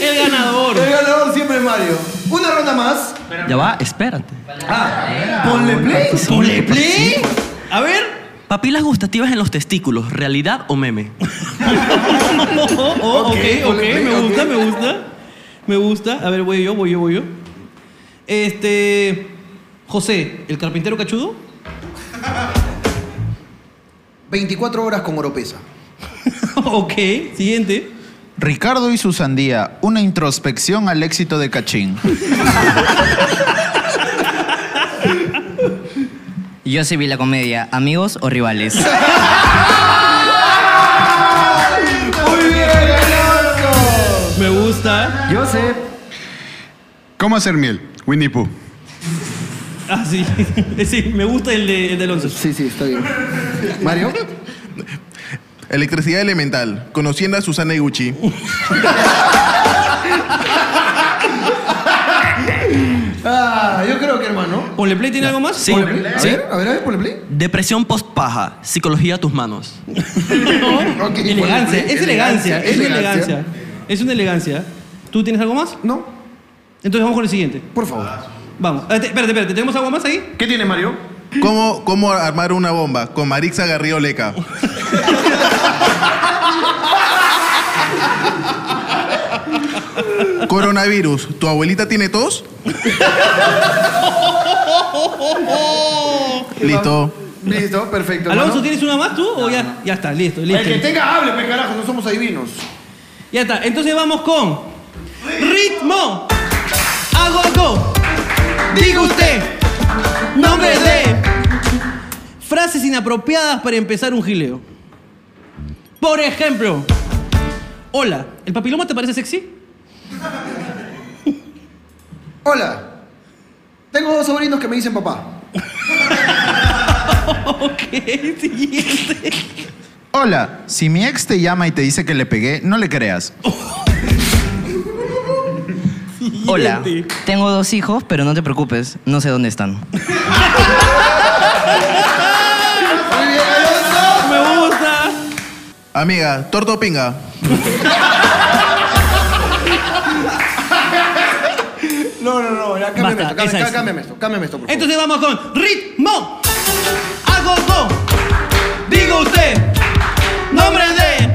El ganador. El ganador siempre es Mario. Una ronda más. Ya va, espérate. Ah, ponle play. ¿Ponle play? A ver. Papilas gustativas en los testículos, ¿realidad o meme? Oh, oh, oh, ok, ok, Ok, ok, me ok. gusta, me gusta. Me gusta. A ver, voy yo, voy yo, voy yo. Este. José, ¿el carpintero cachudo? 24 horas con Oropesa. ok, siguiente. Ricardo y su sandía. Una introspección al éxito de Cachín. Yo sí vi la comedia, amigos o rivales. Muy bien, Alonso. Me gusta. Yo sé. ¿Cómo hacer miel? Winnie Pooh. Ah, sí. sí, me gusta el de, el de Alonso. Sí, sí, está bien. Mario. Electricidad elemental, conociendo a Susana Iguchi. Ah, yo creo que hermano. ¿Ponle play tiene algo más? Sí. Ponle play. A Sí. ver, a ver, a ver, ponle play. Depresión post-paja, psicología a tus manos. Ok, Elegancia, ponle play. es elegancia, es una elegancia. elegancia. Es una elegancia. ¿Tú tienes algo más? No, Entonces vamos con el siguiente. por favor. Vamos. Ah, te- Espérate, espérate, ¿tenemos algo más ahí? ¿Qué tiene Mario? ¿Cómo, ¿Cómo armar una bomba? Con Marixa Garrido Leca. Coronavirus, ¿tu abuelita tiene tos? Listo. Listo, perfecto. Alonso, hermano. ¿tienes una más tú? ¿O ya? Ya está, listo, listo. El que tenga, hable, pe carajo, no somos adivinos. Ya está, entonces vamos con ritmo. Hago algo. Diga usted. Nombre de frases inapropiadas para empezar un gileo. Por ejemplo, hola, ¿el papiloma te parece sexy? Hola. Tengo dos sobrinos que me dicen papá. ok, siguiente. Hola, si mi ex te llama y te dice que le pegué, no le creas. Hola, tengo dos hijos, pero no te preocupes, no sé dónde están. Me gusta. Amiga, torto o pinga. No, no, no, ya cámbiame Basta, esto, cámbiame, esa es. cámbiame esto, cámbiame esto, por favor. Entonces vamos con ritmo. Hago go. Digo usted. Nombre de.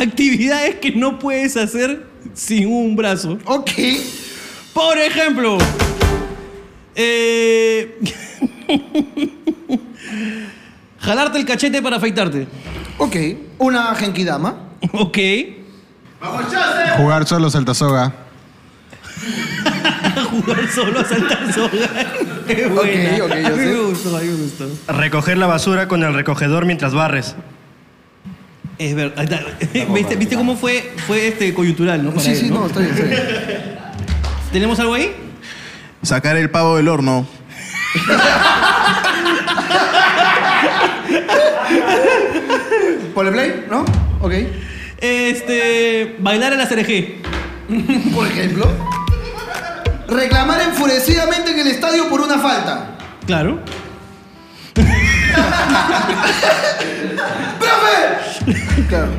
Actividades que no puedes hacer sin un brazo. Ok. Por ejemplo. eh, jalarte el cachete para afeitarte. Ok. Una genkidama. Ok. Jugar solo saltasoga. Jugar solo a saltar soga. Qué Ok, buena. ok, yo a mí me sé. gustó, a mí me gustó. Recoger la basura con el recogedor mientras barres. Es verdad. ¿Viste, viste cómo fue, fue este coyuntural, no? Para Sí, él, sí, no, está bien, está bien. ¿Tenemos algo ahí? Sacar el pavo del horno. ¿Pole play? ¿No? Ok. Este. Bailar a la CRG. Por ejemplo. Reclamar enfurecidamente en el estadio por una falta. Claro. ¡Profe! Claro.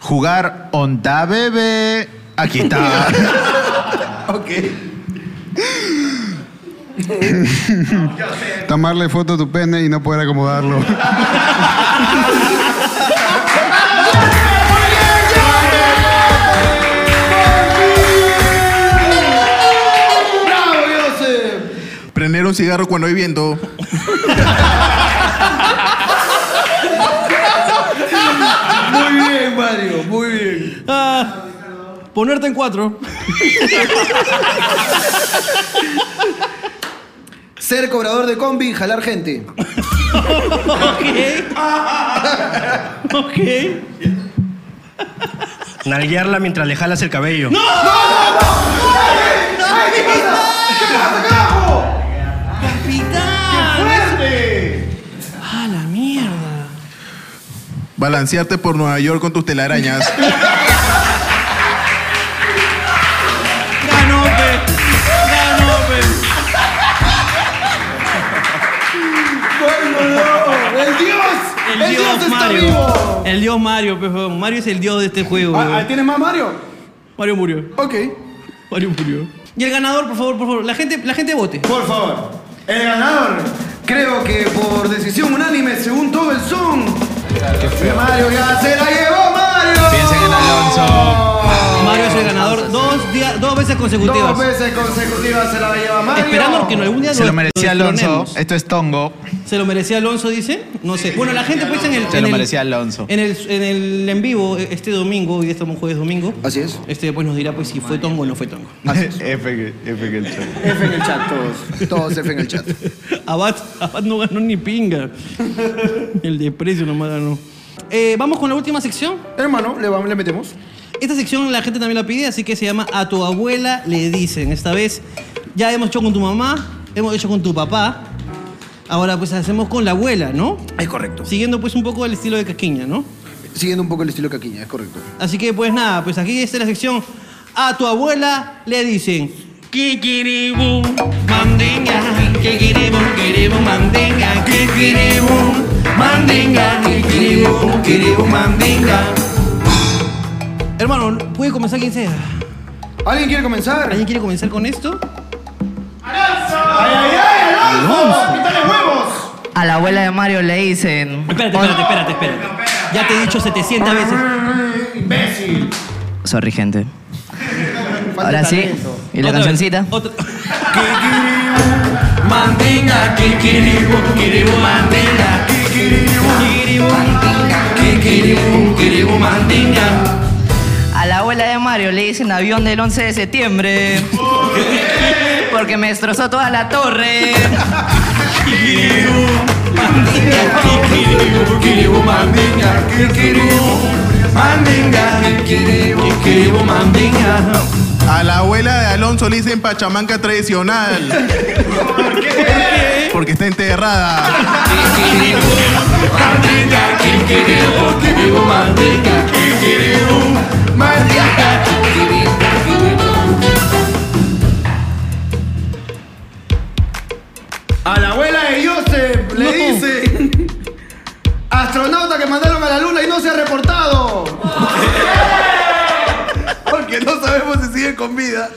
Jugar onda bebé. Aquí está. Ok. Tomarle foto a tu pene y no poder acomodarlo. ¡Bravo, Joseph! Prender un cigarro cuando hay viento. Muy bien, Mario, muy bien. Ah, ponerte en cuatro. Ser cobrador de combi y jalar gente. ok. ok. Nalguearla mientras le jalas el cabello. ¡Capitán! ¡Ah, la mierda! Balancearte por Nueva York con tus telarañas. ¡Ganó, pe! ¡Ganó, pe! ¡Bueno, no! ¡El Dios! ¡El, Dios, está Mario. vivo! El dios Mario, pe, huevón. Mario es el dios de este juego. Ah, ah, huevón. ¿Tienes más, Mario? Mario murió. Ok. Mario murió. Y el ganador, por favor, por favor. La gente, la gente vote. Por favor, el ganador, creo que por decisión unánime, según todo el Zoom, Mario ya se la llevó, Mario. Piensen en Alonso. Mario es el ganador dos, días, dos veces consecutivas. Dos veces consecutivas se la lleva Mario. Esperamos que no, algún día Se lo- lo merecía lo Alonso. Eh. destronemos. Esto es Tongo. ¿Se lo merecía Alonso, dice? No sé. Bueno, la gente pues en el... Se en lo el- merecía Alonso. En el, en el en vivo, eh, este domingo, hoy estamos jueves domingo, Así es. este pues nos dirá pues si fue tongo o no fue tongo. F que, F que el chavo. F en el chat, todos. Todos F en el chat. Abad, Abad no ganó ni pinga. El desprecio nomás ganó. Eh, Vamos con la última sección. Hermano, le, vamos, le metemos. Esta sección la gente también la pide, así que se llama A tu abuela le dicen. Esta vez ya hemos hecho con tu mamá, hemos hecho con tu papá. Ahora pues hacemos con la abuela, ¿no? Es correcto. Siguiendo pues un poco el estilo de Casquiña, ¿no? Siguiendo un poco el estilo Caquiña, es correcto. Así que pues nada, pues aquí está la sección. A tu abuela le dicen. Kikiribum, mandinga, kikiribum, kiribum, mandinga, kikiribum, mandinga, kikiribum, kiribum, mandinga. Hermano, puede comenzar quien sea. ¿Alguien quiere comenzar? ¿Alguien quiere comenzar con esto? ¡Ay, ay, ay, Alonso! ¡Quítale huevos! A la abuela de Mario le dicen... Espérate, espérate, espérate, espérate. Ya te he dicho 700 veces. ¡Imbécil! Sorry, gente. Falta Ahora sí. talento. ¿Y la Otra cancioncita? vez, otra- Mandinga, kikiribu, kiribu, mandinga, kikiribu, kiribu, mandinga, kikiribu, kiribu, mandinga. A la abuela de Mario le dicen avión del 11 de septiembre. Porque me destrozó toda la torre. Mandinga, kikiribu, kiribu, mandinga, kikiribu, mandinga, kikiribu, kiribu, mandinga. A la abuela de Alonso le dicen pachamanca tradicional. Porque está enterrada. Kikiribu, mandinga, kikiribu, kiribu, mandinga, kikiribu, mandinga, kikiribu, kiribu, Astronauta que mandaron a la luna y no se ha reportado. Porque no sabemos si sigue con vida.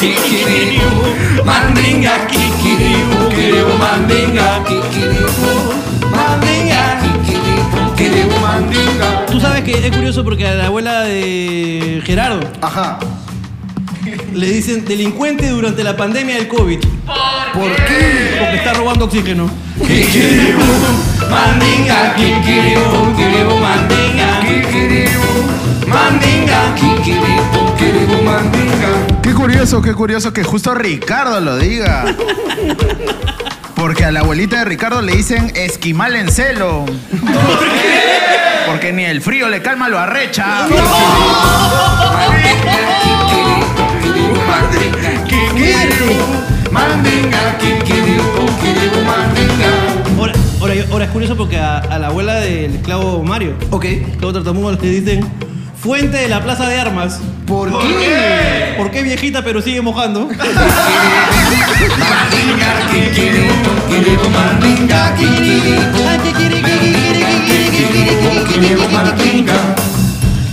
Kikiribu, mandinga, kikiribu, kiribu, mandinga, kikiribu, mandinga, kikiribu, kiribu, mandinga. Tú sabes que es curioso porque a la abuela de Gerardo. Ajá. Le dicen delincuente durante la pandemia del COVID. ¿Por qué? Porque está robando oxígeno. Kikiribu, mandinga, kikiribu, kiribu, mandinga, kikiribu, mandinga, kikiribu, kiribu, mandinga. Qué curioso, qué curioso que justo Ricardo lo diga. Porque a la abuelita de Ricardo le dicen esquimal en celo. Porque ni el frío le calma lo arrecha. Ahora, ahora, ahora es curioso porque a, a la abuela del esclavo Mario. Ok. Esclavo tartamudo le dicen fuente de la plaza de armas. ¿Por, qué? ¿Por qué viejita pero sigue mojando?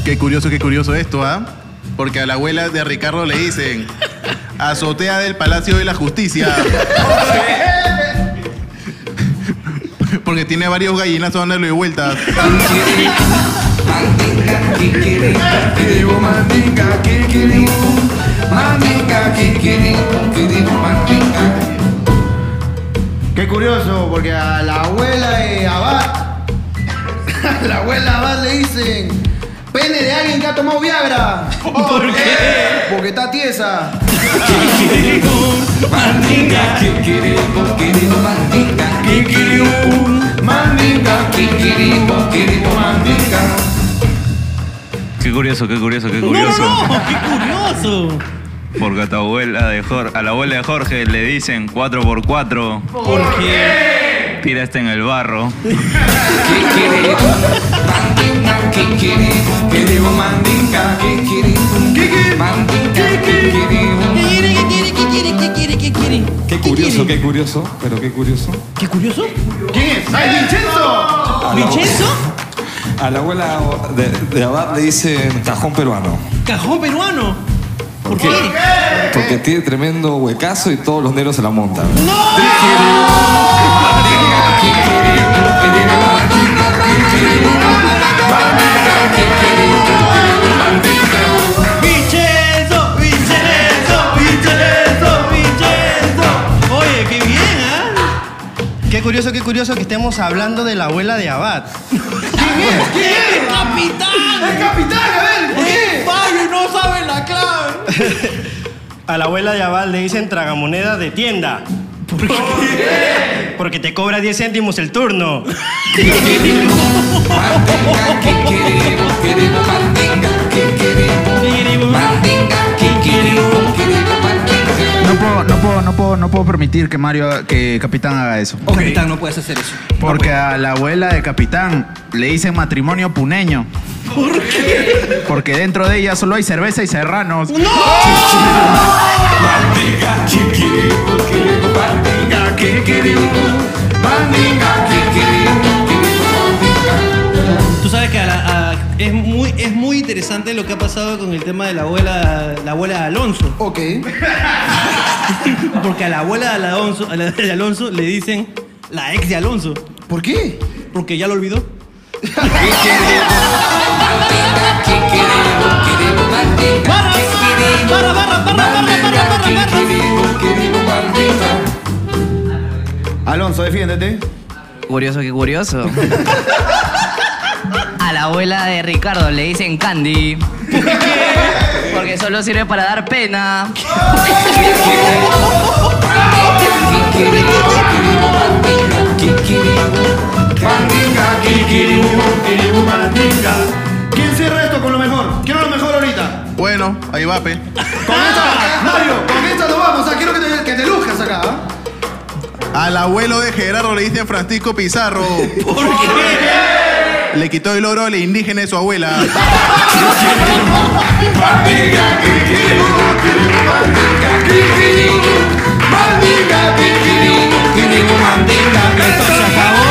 Qué curioso, qué curioso esto, ¿ah? Porque a la abuela de Ricardo le dicen azotea del Palacio de la Justicia. Porque tiene varios gallinazos dándole vueltas. Qué curioso, porque a la abuela de Abad, a la abuela Abad le dicen pene de alguien que ha tomado Viagra. ¿Por qué? Porque está tiesa. Qué curioso, qué curioso, qué curioso. ¡Qué curioso! Porque a tu abuela de Jorge, a la abuela de Jorge le dicen 4x4. ¿Por qué? Tira este en el barro. Qué curioso, qué curioso, pero qué curioso. ¿Qué curioso? ¿Quién es? ¡Ay, Vincenzo! A la- A la abuela de, de Abad le dicen cajón peruano. ¡Cajón peruano! ¿Por qué? Porque tiene tremendo huecazo y todos los negros se la montan. ¿ah? ¡Vincenzo! ¡Vincenzo! ¡Vincenzo! ¡Vincenzo! Oye, qué bien, ¿ah? Qué curioso, qué curioso que estemos hablando de la abuela de Abad. ¡El capitán! ¡El capitán! A ver, ¿por qué? fallo no sabe la clave! A la abuela de Abad le dicen tragamoneda de tienda. ¿Por qué? Porque te cobra 10 céntimos el turno. No puedo, no puedo, no puedo, no puedo permitir que Mario, que Capitán haga eso. Capitán, no puedes hacer eso. Porque a la abuela de Capitán le dicen matrimonio puneño. ¿Por qué? Porque dentro de ella solo hay cerveza y serranos. Tú sabes que a la- a- es, muy, es muy interesante lo que ha pasado con el tema de la abuela, la abuela de Alonso. Ok. Porque a la abuela de Alonso, a la de Alonso le dicen la ex de Alonso. ¿Por qué? Porque ya lo olvidó. Alonso, defiéndete. Curioso, qué curioso. A la abuela de Ricardo le dicen Candy. Porque solo sirve para dar pena. ¿Quién cierra esto con lo mejor? Quiero lo mejor ahorita. Bueno, ahí va, pe. Mario, con esta nos vamos. O sea, quiero que te, que te luzcas acá. ¿ah? Al abuelo de Gerardo le dicen Francisco Pizarro. ¿Por qué? Le quitó el oro al indígena de su abuela. Esto se acabó.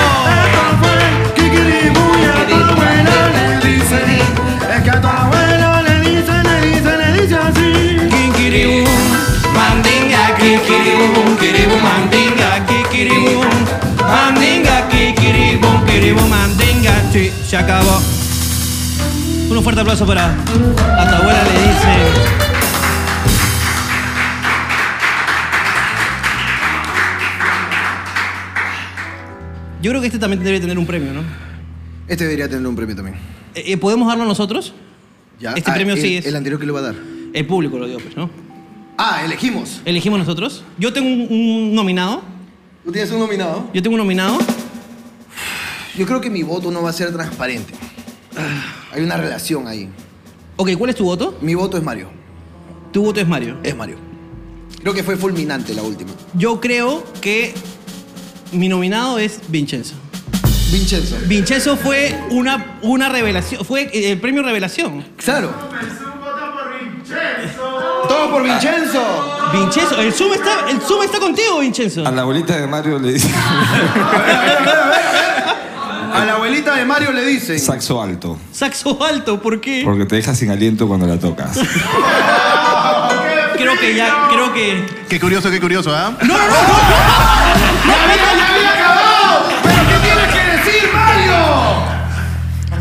Queremos mandinga, sí, se acabó. Un fuerte aplauso para a tu abuela le dice. Yo creo que este también debería tener un premio, ¿no? Este debería tener un premio también. Eh, eh, ¿Podemos darlo nosotros? Ya. Este Ah, premio el- sí es. el anterior que le va a dar. El público lo dio, pues, ¿no? Ah, elegimos. ¿Elegimos nosotros? Yo tengo un, un nominado. ¿Tú tienes un nominado? Yo tengo un nominado. Yo creo que mi voto no va a ser transparente. Ah, Hay una relación ahí. Ok, ¿cuál es tu voto? Mi voto es Mario. ¿Tu voto es Mario? Es Mario. Creo que fue fulminante la última. Yo creo que mi nominado es Vincenzo. Vincenzo. Vincenzo fue una, una revelación, fue eh, el premio revelación. Claro. ¡Todo por Vincenzo! Vincenzo, el Zoom está, el Zoom está contigo, Vincenzo. A la abuelita de Mario le dice. A la abuelita de Mario le dice. Saxo alto. Saxo alto, ¿por qué? Porque te deja sin aliento cuando la tocas. Creo que ya, creo que. Qué curioso, qué curioso, ¿ah?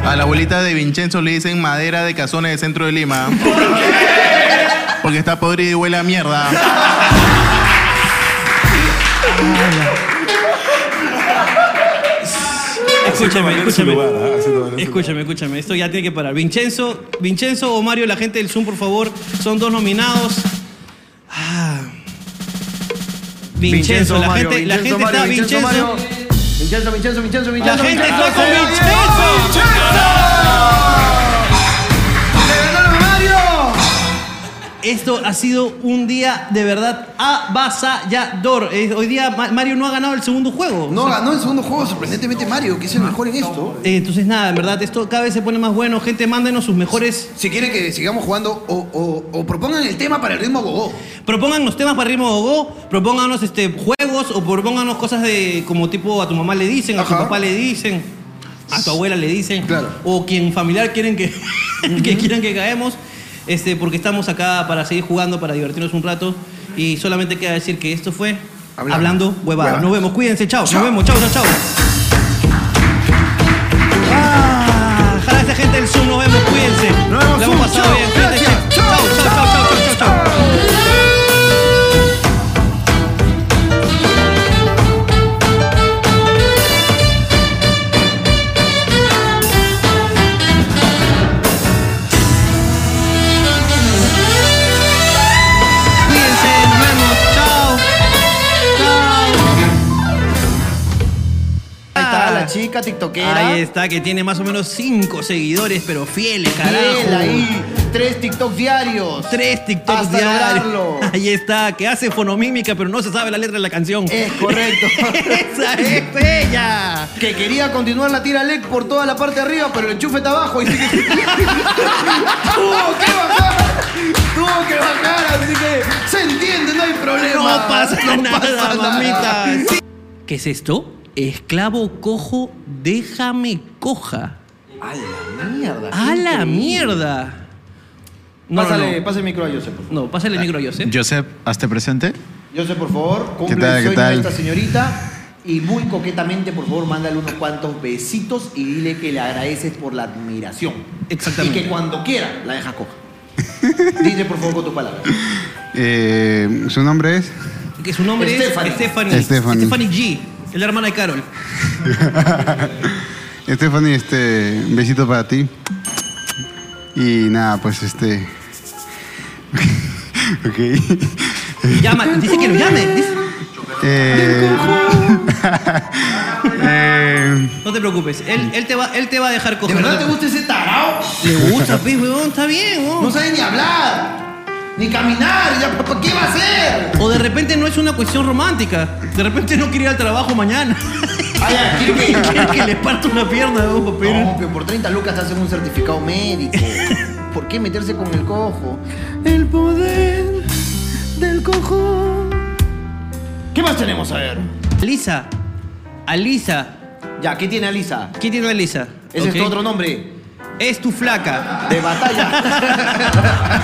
A la abuelita de Vincenzo le dicen madera de cazones de centro de Lima. Porque está podrida y huele a mierda. Escúchame, valer su escúchame. lugar, ¿ah? Haciendo valer su Escúchame, escúchame. Esto ya tiene que parar. Vincenzo, Vincenzo o Mario, la gente del Zoom, por favor. Son dos nominados. Ah. Vincenzo, la Mario, gente, la gente Vincenzo, está Mario, Vincenzo, Vincenzo. Mario. Vincenzo, Vincenzo, Vincenzo, La Vincenzo. gente está con Vincenzo. Vincenzo. Esto ha sido un día de verdad avasallador. Eh, Hoy día Ma- Mario no ha ganado el segundo juego. No ganó el segundo juego, sorprendentemente Mario, que es el mejor en esto. Eh, entonces nada, en verdad, esto cada vez se pone más bueno. Gente, mándenos sus mejores... Si quieren que sigamos jugando o, o- o propongan el tema para el ritmo gogó. Propongan los temas para Ritmo Gogó, propónganos este, juegos o propónganos cosas de como tipo a tu mamá le dicen, a tu papá le dicen, a tu abuela le dicen, o quien familiar quieren que, que quieran que caemos, este, porque estamos acá para seguir jugando, para divertirnos un rato y solamente queda decir que esto fue hablando, huevadas. Huevadas. Nos vemos, cuídense, chao, Chao. nos vemos, chao, chao, chao. Ah, Gracias gente del Zoom, nos vemos, cuídense. Nos hemos vemos, Zoom, pasado chao, bien. cuídense, gracias, chao, chao, chao, chao, chao, chao. chao. Cuídense, nos vemos. Chao. Ahí está la chica tiktokera. Ah, Ahí está, que tiene más o menos 5 seguidores, pero fieles, carajo. Bien, ahí. Tres TikTok diarios. Tres TikToks Hasta diarios. lograrlo. Ahí está, que hace fonomímica, pero no se sabe la letra de la canción. Es correcto. Esa es ella. Que quería continuar la tira Lec por toda la parte de arriba, pero el enchufe está abajo. Y... Tuvo que bajar. Tuvo que bajar, así que se entiende, no hay problema. No pasa nada, pasa mamita. nada. ¿Qué es esto? Esclavo cojo, déjame coja. A la mierda. ¡A la mierda! No, pásale, no, pásale el micro a Joseph. por favor. no. No, pásale el micro a Joseph. Joseph, hazte presente. Joseph, por favor, cumple ¿Qué tal, el qué sueño tal? de esta señorita. Y muy coquetamente, por favor, mándale unos cuantos besitos y dile que le agradeces por la admiración. Exactamente. Y que cuando quiera la dejas coja. Dile, por favor, con tus palabras. Eh, ¿Su nombre es? Que su nombre Stephanie. es Stephanie. Stephanie. G. Es la hermana de Carol. Stephanie, este, Eh, un besito para ti. Y nada, pues este. ok. Llama, dice que lo llame. dice- Eh, eh, No te preocupes, él, él, te va, él te va a dejar ¿De coger. verdad te gusta ese tarao? Le gusta, pe, weón, está bien, weón. No sabe ni hablar, ni caminar. Ya, ¿pa- ¿Qué va a hacer? O de repente no es una cuestión romántica. De repente no quiere ir al trabajo mañana. Ay, ay, ¿quiere que- Quiere que le parta una pierna, weón, papel. No, pero por 30 lucas te hacen un certificado médico. ¿Por qué meterse con el cojo? El poder del cojo. ¿Qué más tenemos a ver? Alisa. Alisa. Ya, ¿qué tiene Alisa? ¿Qué tiene Alisa? Ese Ok. es tu otro nombre. Es tu flaca. De batalla.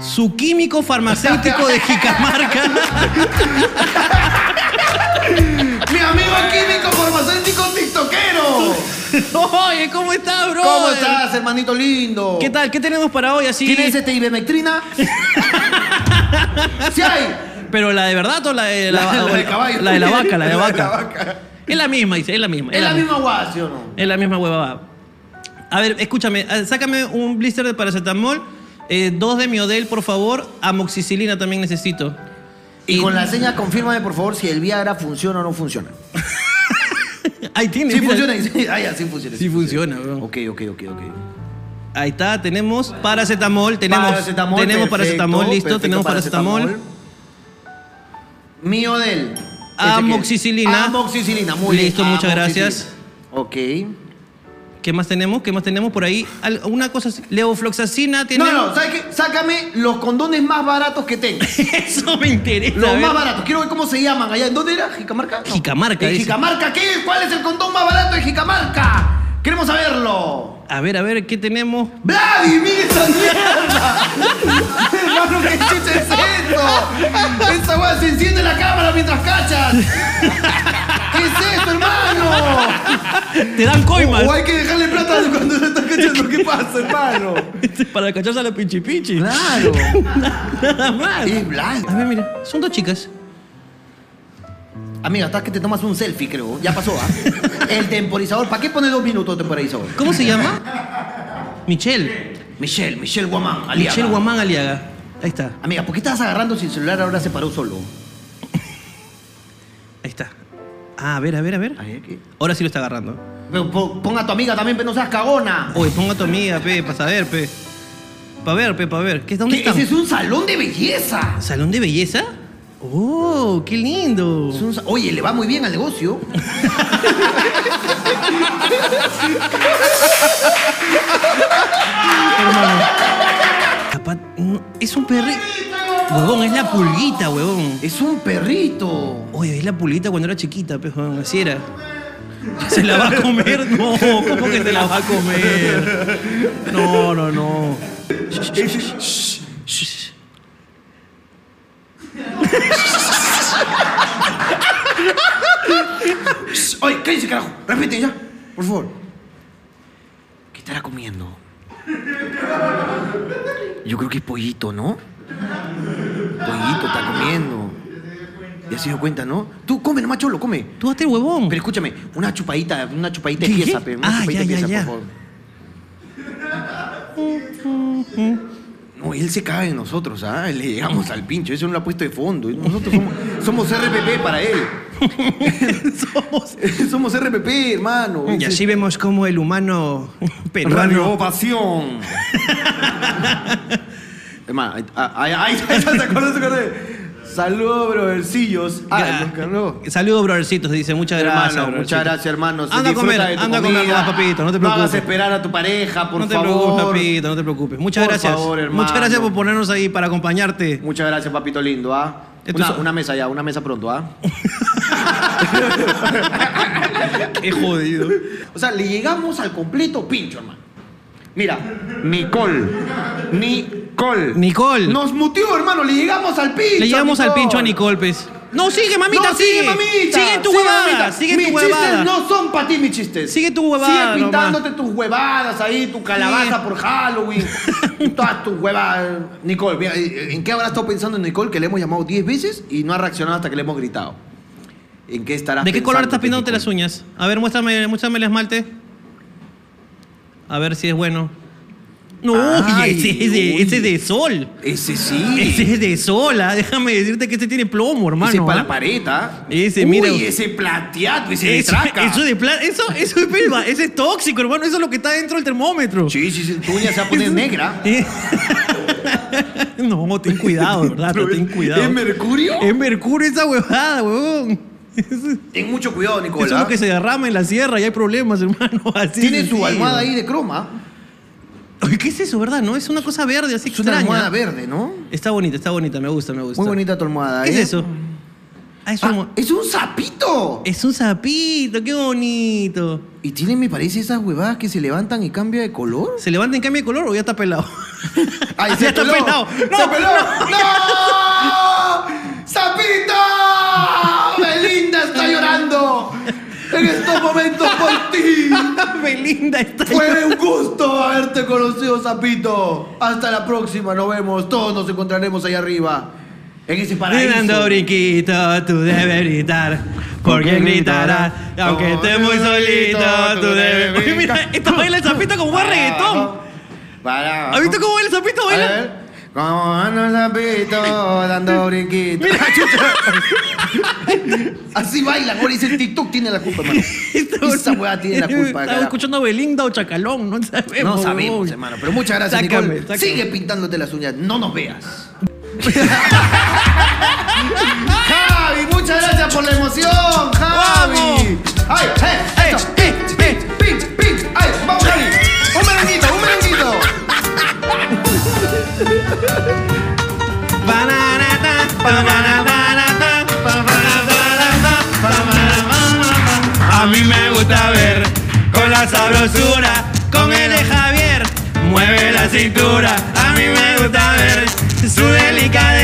Su químico farmacéutico de Jicamarca. Oye, ¿cómo estás, bro? ¿Cómo estás, hermanito lindo? ¿Qué tal? ¿Qué tenemos para hoy así? ¿Tienes este ivermectrina? ¡Sí hay! ¿Pero la de verdad o la de la, La- la de o- caballo. La de la vaca, la de La de la vaca. Es la misma, dice, es la misma. Es la misma guada, ¿sí o no? Es la misma huevada. A ver, escúchame, eh, sácame un blister de paracetamol, eh, dos de miodel, por favor, amoxicilina también necesito. Y con la seña, confírmame, por favor, si el Viagra funciona o no funciona. Ahí tiene. Sí mira. funciona. Sí, ah, ya, sí funciona. Sí funciona, bro. Ok, ok, ok, ok. Ahí está, tenemos paracetamol, tenemos Paracetamol, tenemos perfecto, paracetamol, listo, perfecto, tenemos paracetamol. Ah, Miodel. Amoxicilina. Amoxicilina, muy bien. Listo, muchas gracias. Ok. ¿Qué más tenemos? ¿Qué más tenemos por ahí? Al- Una cosa, así, levofloxacina tenemos. No, no, ¿sabes qué? Sácame los condones más baratos que tengas. Eso me interesa. a Los ver. más baratos. Quiero ver cómo se llaman allá. ¿En dónde era? ¿Jicamarca? No. Jicamarca, ¿En dice. Jicamarca qué es? ¿Cuál es el condón más barato de Jicamarca? Queremos saberlo. A ver, a ver, ¿qué tenemos? ¡Vladi, mire esa mierda! Hermano, ¿qué chucha es esto? Esa weá se enciende la cámara mientras cachas. ¿Qué es esto, hermano? Te dan coimas. O hay que dejarle plata cuando lo estás cachando. ¿Qué pasa, hermano? Para cacharse a la pinche pinche. Claro. Nada más. Es blanco. A ver, mira, son dos chicas. Amiga, estás que te tomas un selfie, creo. Ya pasó, ¿ah? El temporizador. ¿Para qué pone dos minutos el temporizador? ¿Cómo se llama? Michelle. Michelle, Michelle Guamán, aliaga. Michelle Guamán Aliaga. Ahí está, Amiga, ¿por qué estás agarrando si el celular ahora se paró solo? ahí está. Ah, a ver, a ver, a ver. Ahora sí lo está agarrando. Pero po- pon a tu amiga también, pero no seas cagona. Oye, ponga a tu amiga, pe, para saber, pe. Para ver, pe, para ver. ¿Qué, ¿Dónde ¿Qué? están? Ese es un salón de belleza. ¿Salón de belleza? ¡Oh, qué lindo! Es un sa- Oye, le va muy bien al negocio. Hermano. Capaz- no, es un perrito. Huevón, es la pulguita, huevón. Es un perrito. Oye, es la pulguita cuando era chiquita, pe, huevón. Así era. ¿Se la va a comer? No, ¿cómo que se la va a comer? No, no, no. Shh, Oye, cállense, carajo. Repite ya, por favor. ¿Qué estará comiendo? Yo creo que es pollito, ¿no? Pollito está comiendo. Ya se dio cuenta, ¿no? Tú come nomás, cholo, come. Tú hazte el huevón. Pero escúchame, una chupadita, una chupadita de ¿Qué? pieza, pe, una Ah, chupadita ya, de ya, pieza, ya. por favor. No, él se caga en nosotros, ¿ah? Le llegamos al pincho, eso no lo ha puesto de fondo. Nosotros somos, somos RPP para él. somos, RPP, hermano. Y así vemos cómo el humano peruano. Renovación. Hermano, ahí- ahí ahí- ahí está, ¿se acuerdan? ¿Se acuerdan? Saludos, brodercillos. Ah, Gra- nos ganó. Saludos, brothercitos, dice. Muchas Hermano, gracias. muchas brothercitos. gracias, hermanos. Anda a Disfruta comer, de tu anda a comer comida. nomás, papito. No te No preocupes. hagas esperar a tu pareja, por no te preocupes, favor. papito, no te preocupes. Muchas Por gracias. favor, hermano. Muchas gracias por ponernos ahí para acompañarte. Muchas gracias, papito lindo, ¿ah? Esto Una, es- una mesa ya, una mesa pronto, ¿ah? Qué jodido. O sea, le llegamos al completo pincho, hermano. Mira, Nicole. Nicole. Nicole. Nos mutió, hermano. Le llegamos al pincho. Le llegamos al Nicole. pincho a Nicolpes. No, sigue, mamita, No, sigue. sigue, mamita. Sigue tu Sigue, huevada. mamita. Sigue mis tu huevada. chistes no son para ti, mis chistes. Sigue tu huevada. Sigue nomás. pintándote tus huevadas ahí, tu calabaza Sí. por Halloween. y todas tus huevadas. Nicole, mira, eh, ¿en qué habrá estado pensando Nicole que le hemos llamado 10 veces y no ha reaccionado hasta que le hemos gritado? ¿En qué estarás ¿De qué color estás pensando, este pintándote las uñas? A ver, muéstrame, muéstrame el esmalte. A ver si es bueno. No, Ay, ese, es de, uy. ese es de sol. Ese sí. Ese es de sol. ah. Déjame decirte que este tiene plomo, hermano. Ese es para ah. la pared, ¿ah? Ese, Uy, mira. ese plateado, ese de Eso, traca. eso de pla- eso, eso es pelva, ese es tóxico, hermano, eso es lo que está dentro del termómetro. Sí, sí, sí, tu uña se va a poner negra. no, ten cuidado, de ¿verdad? Ah, Ten cuidado. ¿Es mercurio? Es mercurio esa huevada, huevón. Eso, Ten mucho cuidado, eso es Nicola. lo que se derrama en la sierra y hay problemas, hermano. Así Tiene de su sencillo. almohada ahí de croma. Oye, ¿Qué es eso, verdad? No, es una cosa verde, así Es una extraña. almohada verde, ¿no? Está bonita, está bonita, me gusta, me gusta. Muy bonita tu almohada. ¿Qué es ¿eh? eso? Ah, es, Ah, un, es un sapito. es un sapito, qué bonito. Y tiene, me parece, esas huevadas que se levantan y cambia de color. ¿Se levanta en cambio de color o ya está pelado? Ah, ¡Ay, Ya está pelado. ¡No, No, se peló! ¡No! ¡Sapito! ¡Belinda está llorando! en estos momentos por ti. Belinda está Fue un gusto haberte conocido, Zapito. Hasta la próxima, nos vemos. Todos nos encontraremos allá arriba. En ese paraíso. Dando brinquito, tú debes gritar. Porque gritarás, aunque estés muy solito, tú debes. Oye, mira, esto baila el zapito como buen reggaetón. Para. ¿Has visto cómo baila el zapito? A Baila. ver. Como anda el sapito dando brinquitos. Mira, Así bailan. Ahora dice el TikTok tiene la culpa, hermano. Esa weá tiene la culpa. Estaba carajo. escuchando a Belinda o Chacalón, no sabemos. No sabemos, huevón. hermano. Pero muchas gracias, Sácame, Nicole. sácame. Sigue pintándote las uñas. No nos veas. Javi, muchas gracias por la emoción. Javi. ¡Ay, eh, esto, pin, pin, pin, pin. ¡Ay, vamos, Javi! ¡Un merenguito, un merenguito! A mí me gusta ver con la sabrosura, con el de Javier, mueve la cintura. A mí me gusta ver su delicadeza.